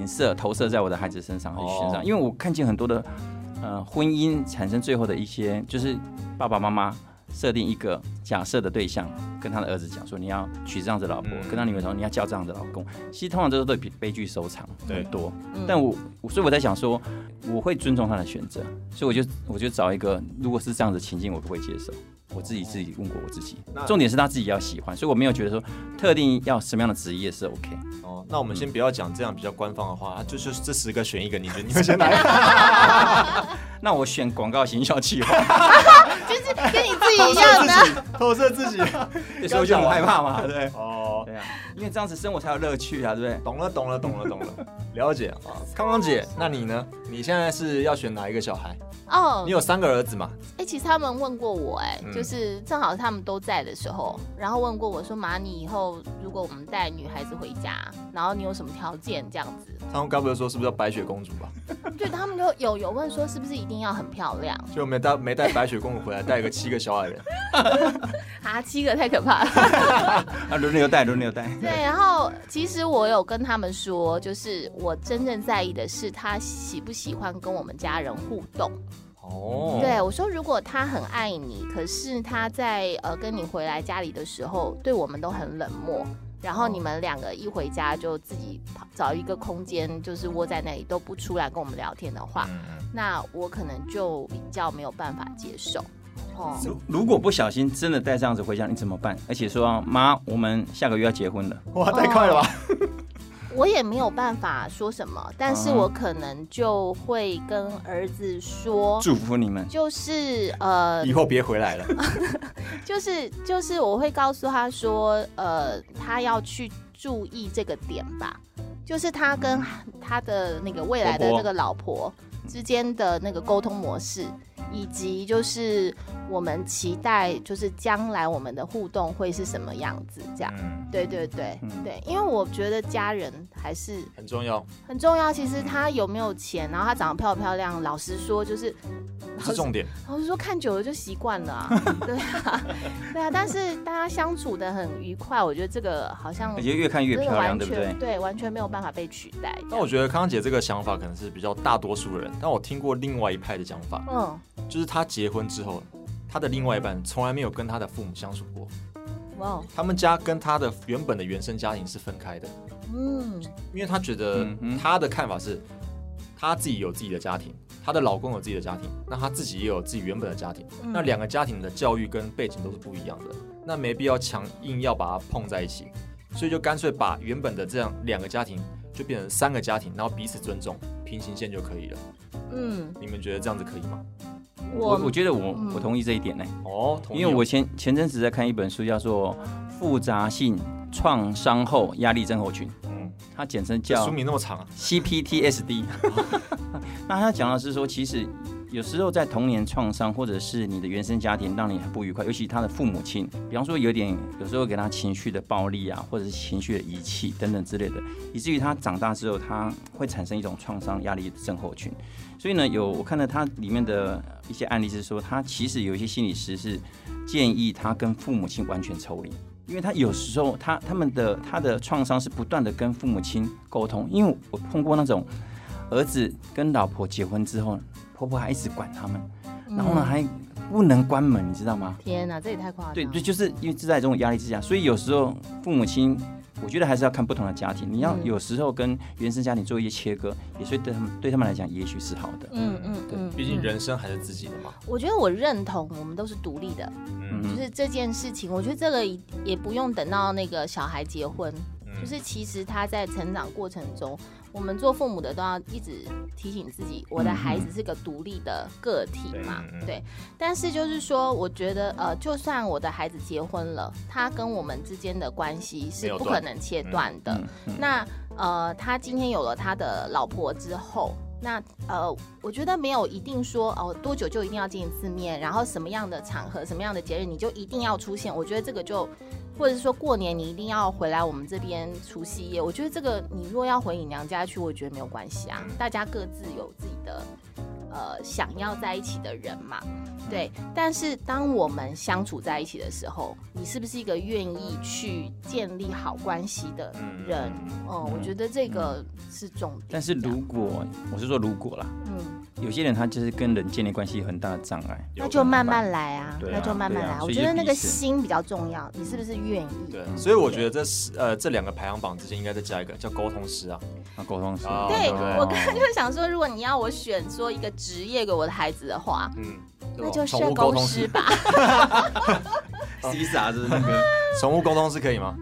S3: 影射投射在我的孩子身上还是身上，
S4: 哦
S3: 因为我看见很多的呃婚姻产生最后的一些，就是爸爸妈妈。设定一个假设的对象，跟他的儿子讲说你要娶这样子的老婆，
S4: 嗯
S3: 跟他女儿说你要嫁这样子的老公，其实通常都是对悲悲剧收场
S4: 对
S3: 很多。
S2: 嗯
S3: 但我我所以我在想说，我会尊重他的选择，所以我就我就找一个，如果是这样子情境，我不会接受。我自己自己问过我自己
S4: 哦那，
S3: 重点是他自己要喜欢，所以我没有觉得说特定要什么样的职业是 OK。
S4: 哦，那我们先不要讲这样比较官方的话，啊就就是这十个选一个，你觉得你会先哪一个？
S3: 那我选广告行销企 划，
S2: 就是跟你自己一样的。
S4: 投射自己。
S3: 所以我就很害怕嘛，对不对？
S4: 哦，
S3: 对啊，因为这样子生活才有乐趣啊，对不对？
S4: 懂了，懂了，懂了，懂了，了解啊。康康姐，那你呢？你现在是要选哪一个小孩？
S2: 哦
S4: 你，有三个儿子嘛？
S2: 哎、其实他们问过我、哎、
S4: 嗯
S2: 就是正好他们都在的时候，然后问过我说：“妈，你以后如果我们带女孩子回家，然后你有什么条件这样子
S4: 他们该不会说是不是叫白雪公主吧？？”
S2: 对，他们就有有问说是不是一定要很漂亮
S4: 就没带没带白雪公主回来，带一个七个小矮人。
S2: 啊？七个太可怕了。
S3: 啊，轮流带，轮流带。
S2: 对，然后其实我有跟他们说，就是我真正在意的是他喜不喜欢跟我们家人互动。
S4: 哦，
S2: 对，啊我说，如果他很爱你，可是他在呃跟你回来家里的时候，对我们都很冷漠。然后你们两个一回家就自己跑找一个空间，就是窝在那里都不出来跟我们聊天的话，
S4: 嗯，
S2: 那我可能就比较没有办法接受。哦，
S3: 如如果不小心真的带这样子回家，你怎么办？而且说妈，我们下个月要结婚
S2: 哦
S3: 了，
S4: 哇，太快了吧！
S2: 我也没有办法说什么，但是
S3: 嗯
S2: 我可能就会跟儿子说，
S3: 祝福你们。
S2: 就是呃，
S4: 以后别回来了。
S2: 就是就是我会告诉他说，呃，他要去注意这个点吧，就是他跟他的那个未来的
S3: 婆婆
S2: 那个老婆之间的那个沟通模式，以及就是我们期待就是将来我们的互动会是什么样子，这样。
S4: 嗯，
S2: 对对对、
S3: 嗯
S2: 对，因为我觉得家人还是
S4: 很重要，
S2: 很重要。其实他有没有钱，然后他长得漂不漂亮，老实说就是，
S4: 是重点。
S2: 我是说看久了就习惯 了、啊，对啊， 对啊，但是大家相处的很愉快，我觉得这个好像
S3: 而且越看越
S2: 真的
S3: 漂亮，
S2: 完
S3: 对
S2: 全
S3: 不对？
S2: 完全没有办法被取代。这样
S4: 但我觉得康康姐这个想法可能是比较大多数人，但我听过另外一派的讲法，
S2: 嗯，
S4: 就是她结婚之后，她的另外一半从来没有跟她的父母相处过，
S2: 哇哦，
S4: 他们家跟她的原本的原生家庭是分开的，
S2: 嗯，
S4: 因为她觉得
S3: 嗯哼
S4: 她的看法是，她自己有自己的家庭，她的老公有自己的家庭，那她自己也有自己原本的家庭，
S2: 嗯
S4: 那两个家庭的教育跟背景都是不一样的，那没必要强硬要把它碰在一起，所以就干脆把原本的这样两个家庭就变成三个家庭，然后彼此尊重，平行线就可以了。
S2: 嗯，
S4: 你们觉得这样子可以吗？
S2: 我
S3: 我我觉得我、
S2: 嗯
S3: 我同意这一点呢、
S4: 哦，同意
S3: 因为我前前阵子在看一本书，叫做《复杂性创伤后压力症候群》，
S4: 嗯，
S3: 它简称
S4: 这
S3: 叫
S4: 书名那么长啊，
S3: CPTSD。那他讲的是说，其实有时候在童年创伤或者是你的原生家庭让你很不愉快，尤其他的父母亲，比方说有点有时候给他情绪的暴力啊，或者是情绪的遗弃等等之类的，以至于他长大之后，他会产生一种创伤压力症候群。所以呢，有我看到他里面的一些案例是说，他其实有一些心理师是建议他跟父母亲完全抽离。因为他有时候他他们的他的创伤是不断的跟父母亲沟通，因为我碰过那种儿子跟老婆结婚之后，婆婆还一直管他们，
S2: 嗯
S3: 然后呢还不能关门，你知道吗？
S2: 天哪，这也太夸张了。
S3: 对对，就是因为是在这种压力之下，所以有时候父母亲，我觉得还是要看不同的家庭，你要
S2: 嗯
S3: 有时候跟原生家庭做一些切割，也是对他们对他们来讲也许是好的。
S2: 嗯嗯嗯，
S4: 毕竟
S2: 嗯，
S4: 人生还是自己的嘛。
S2: 我觉得我认同，我们都是独立的，
S3: 嗯
S4: 嗯
S2: 就是这件事情，我觉得这个也也不用等到那个小孩结婚，
S4: 嗯
S2: 就是其实他在成长过程中，我们做父母的都要一直提醒自己，我的孩子是个独立的个体嘛，
S4: 嗯对嗯嗯
S2: 对。但是就是说，我觉得呃，就算我的孩子结婚了，他跟我们之间的关系
S4: 没
S2: 是
S4: 有
S2: 不
S4: 断
S2: 可能切断的。
S3: 嗯嗯
S2: 那呃，他今天有了他的老婆之后，那呃，我觉得没有一定说哦多久就一定要见一次面，然后什么样的场合、什么样的节日你就一定要出现。我觉得这个就，或者是说过年你一定要回来我们这边除夕夜，我觉得这个你若要回你娘家去，我觉得没有关系
S4: 嗯
S2: 啊，大家各自有自己的呃想要在一起的人嘛。
S4: 嗯
S2: 对，但是当我们相处在一起的时候，你是不是一个愿意去建立好关系的
S4: 嗯
S2: 人？
S4: 嗯
S2: 哦、我觉得这个是重点。
S3: 但是
S2: 这样
S3: 如果我是说如果啦，
S2: 嗯，
S3: 有些人他就是跟人建立关系有很大的障碍，
S4: 有
S2: 那
S4: 可
S2: 就
S4: 能
S2: 慢慢来啊，
S4: 对啊
S2: 那就慢慢
S3: 对
S2: 来、
S3: 啊
S2: 我
S3: 所以
S2: 觉
S3: 就
S2: 得那
S3: 彼
S2: 个
S3: 此
S2: 心比较重要，你是不是愿意？
S4: 对，啊所以我觉得这是呃这两个排行榜之间应该再加一个叫沟通师啊。
S3: 那沟通是
S4: 啊
S2: 对
S4: 对
S2: 我刚刚就想说，如果你要我选说一个职业给我的孩子的话，
S4: 嗯，对吧
S5: 那就
S4: 宠
S5: 社
S4: 物沟
S5: 工
S4: 通
S5: 师
S4: 是
S5: 吧。
S3: C 傻就是那个，
S4: 宠物沟通是可以吗？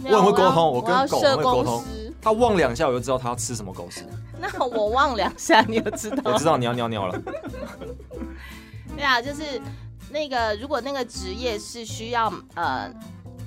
S2: 没有
S4: 我很会沟
S2: 要
S4: 通我
S2: 我
S4: 跟
S2: 要
S4: 狗
S2: 社
S4: 会沟
S2: 工
S4: 通
S2: 师。
S4: 它望两下我就知道它要吃什么狗食，
S2: 那我望两下，你就知道
S4: 我知道你要尿尿了。
S2: 对啊，就是那个如果那个职业是需要呃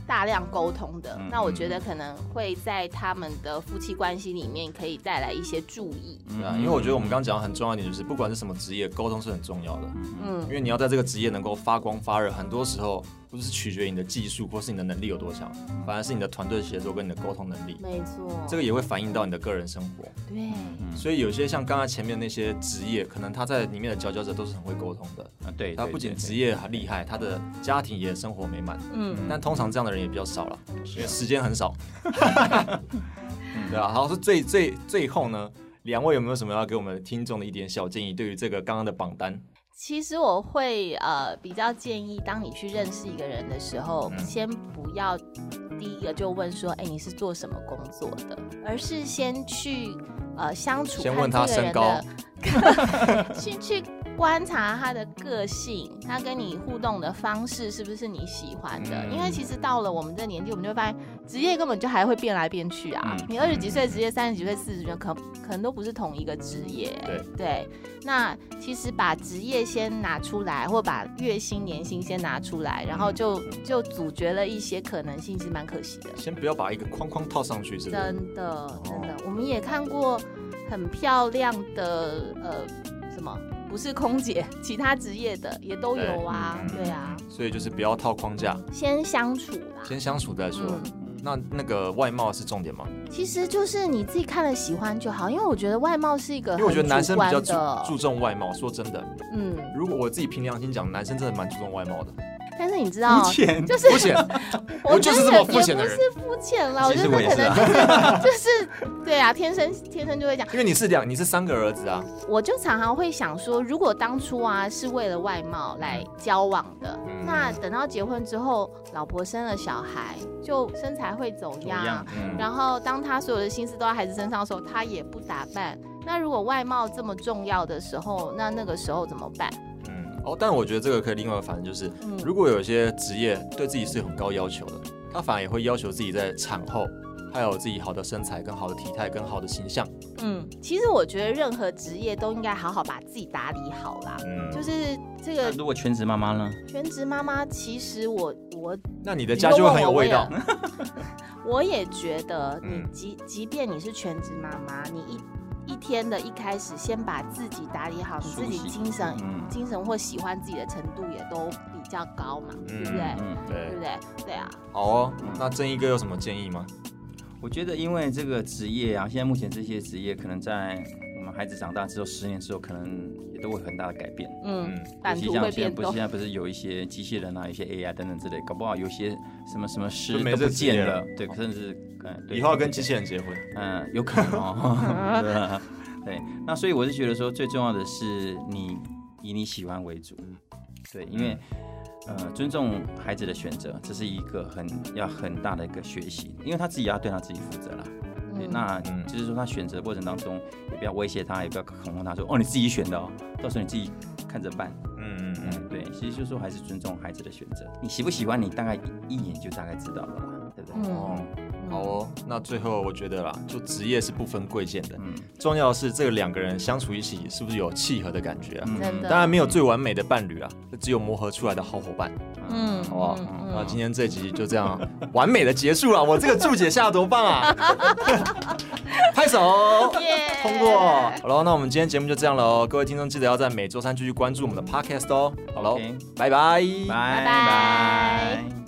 S2: 大量沟通的，
S3: 嗯
S2: 那我觉得可能会在他们的夫妻关系里面可以带来一些注意。
S4: 对啊，因为我觉得我们刚刚讲到很重要一点，就是不管是什么职业，沟通是很重要的。
S2: 嗯
S4: 因，为你要在这个职业能够发光发热，很多时候不是取决于你的技术或是你的能力有多强，反而是你的团队协作跟你的沟通能力，
S2: 嗯没错，
S4: 嗯这个嗯也会反映到你的个人生活。
S2: 对，
S4: 所以有些像刚才前面那些职业，可能他在里面的佼佼者都是很会沟通的，
S3: 啊对，
S4: 他
S3: 对
S4: 不仅
S3: 对
S4: 职业很厉害，他的家庭也生活美满。
S2: 嗯，
S4: 但通常这样的人也比较少了，因为
S3: 啊
S4: 时间 很少。对啊，好，是最最最后呢，两位有没有什么要给我们听众的一点小建议？对于这个刚刚的榜单，
S2: 其实我会呃比较建议，当你去认识一个人的时候，
S4: 嗯
S2: 先不要第一个就问说，哎、你是做什么工作的，而是先去呃相处，
S4: 先问他身高，
S2: 去去观察他的个性，他跟你互动的方式是不是你喜欢的？
S4: 嗯
S2: 因为其实到了我们这年纪，我们就会发现职业根本就还会变来变去啊。
S3: 嗯
S2: 你二十几岁职业，三十几岁、四十岁，可可能都不是同一个职业。
S4: 对
S2: 对，那其实把职业先拿出来，或把月薪、年薪先拿出来，然
S4: 嗯
S2: 后就就阻绝了一些可能性，是蛮可惜的。
S4: 先不要把一个框框套上去，是不是？
S2: 真的，真
S4: 哦
S2: 的，我们也看过很漂亮的呃什么，不是空姐，其他职业的也都有啊，
S3: 对嗯
S2: 对啊，
S4: 所以就是不要套框架，
S2: 先相处啦。
S4: 先相处再说。
S2: 嗯，
S4: 那那个外貌是重 点吗？
S2: 其实就是你自己看了喜欢就好，因为我觉得外貌是一个
S4: 因为我觉得男生比较
S2: 很主观的
S4: 注注重外貌。说真的，
S2: 嗯，
S4: 如果我自己凭良心讲，男生真的蛮注重外貌的，
S2: 但是你知道
S3: 肤，浅，
S2: 就是
S4: 肤浅。我就是
S2: 觉得
S4: 这么
S2: 也
S4: 肤浅的人
S2: 也不是肤浅啦，我
S3: 其
S2: 觉
S3: 实
S2: 得
S3: 我也
S2: 可
S3: 是
S2: 能
S3: 啊
S2: 就是就是对啊，天生天生就会讲。
S4: 因为你是两，你是三个儿子啊，
S2: 我就常常会想说，如果当初啊是为了外貌来交往的，
S4: 嗯
S2: 那等到结婚之后，老婆生了小孩，就身材会走
S3: 一
S2: 样。
S3: 样，嗯，
S2: 然后当他所有的心思都在孩子身上的时候，他也不打扮。那如果外貌这么重要的时候，那那个时候怎么办？
S4: 嗯，哦，但我觉得这个可以另外反正就是，
S2: 嗯
S4: 如果有些职业对自己是有很高要求的，他反而也会要求自己在产后还有自己好的身材、跟好的体态、跟好的形象。
S2: 嗯，其实我觉得任何职业都应该好好把自己打理好啦。
S4: 嗯，
S2: 就是这
S3: 那
S2: 个
S3: 如果全职妈妈呢？
S2: 全职妈妈，其实我我
S4: 那你的家就会很有味道
S2: 你。又 我也觉得，你
S4: 嗯
S2: 即即便你是全职妈妈，你一一天的一开始，先把自己打理好，你
S3: 梳
S2: 自己
S3: 洗
S2: 精神、
S3: 嗯
S2: 精神或喜欢自己的程度也都比较高嘛，对不对？
S3: 嗯，
S2: 对
S4: 对
S2: 不，对？对啊，
S4: 好哦。那正义哥有什么建议吗？
S3: 我觉得因为这个职业啊，现在目前这些职业可能在我们孩子长大之后，十年之后可能也都会有很大的改变。
S2: 嗯，
S4: 嗯，
S2: 版
S3: 尤
S2: 图
S3: 其像
S2: 会
S3: 现在
S2: 变
S3: 不是
S2: 动
S3: 现，在不是有一些机器人啊，有一些 AI 等等之类，搞不好有些什么什么
S4: 就
S3: 师
S4: 没
S3: 都
S4: 这
S3: 不
S4: 职业
S3: 见
S4: 了哦
S3: 了，对，甚至嗯，对
S4: 以后要跟机器人结婚。
S3: 嗯，有可能哦。 对，那所以我是觉得说，最重要的是你以你喜欢为主。
S2: 嗯
S3: 对，因为呃，尊重孩子的选择，这是一个很要很大的一个学习，因为他自己要对他自己负责啦。对，
S2: 嗯
S3: 那
S4: 嗯
S3: 就是说他选择过程当中，也不要威胁他，也不要恐吓他说，哦，你自己选的哦，到时候你自己看着办。
S4: 嗯嗯嗯。
S3: 嗯，对，其实就是说还是尊重孩子的选择，你喜不喜欢你大概一眼就大概知道了啦，对不对？
S2: 嗯
S3: 哦，
S4: 好哦，那最后我觉得啦，就职业是不分贵贱的，
S3: 嗯
S4: 重要的是这两个人相处一起是不是有契合的感觉啊？
S3: 嗯
S2: 真的，
S4: 当然没有最完美的伴侣啊，只有磨合出来的好伙伴。
S2: 嗯，
S4: 好不好
S2: 嗯嗯
S4: 那今天这集就这样啊 完美的结束了，我这个注解下得多棒啊！ 拍手。
S2: 耶
S4: 通过，好了，那我们今天节目就这样了哦，各位听众记得要在每周三继续关注我们的 podcast 哦。好喽
S3: OK
S4: 拜拜，
S3: 拜
S2: 拜拜
S3: 拜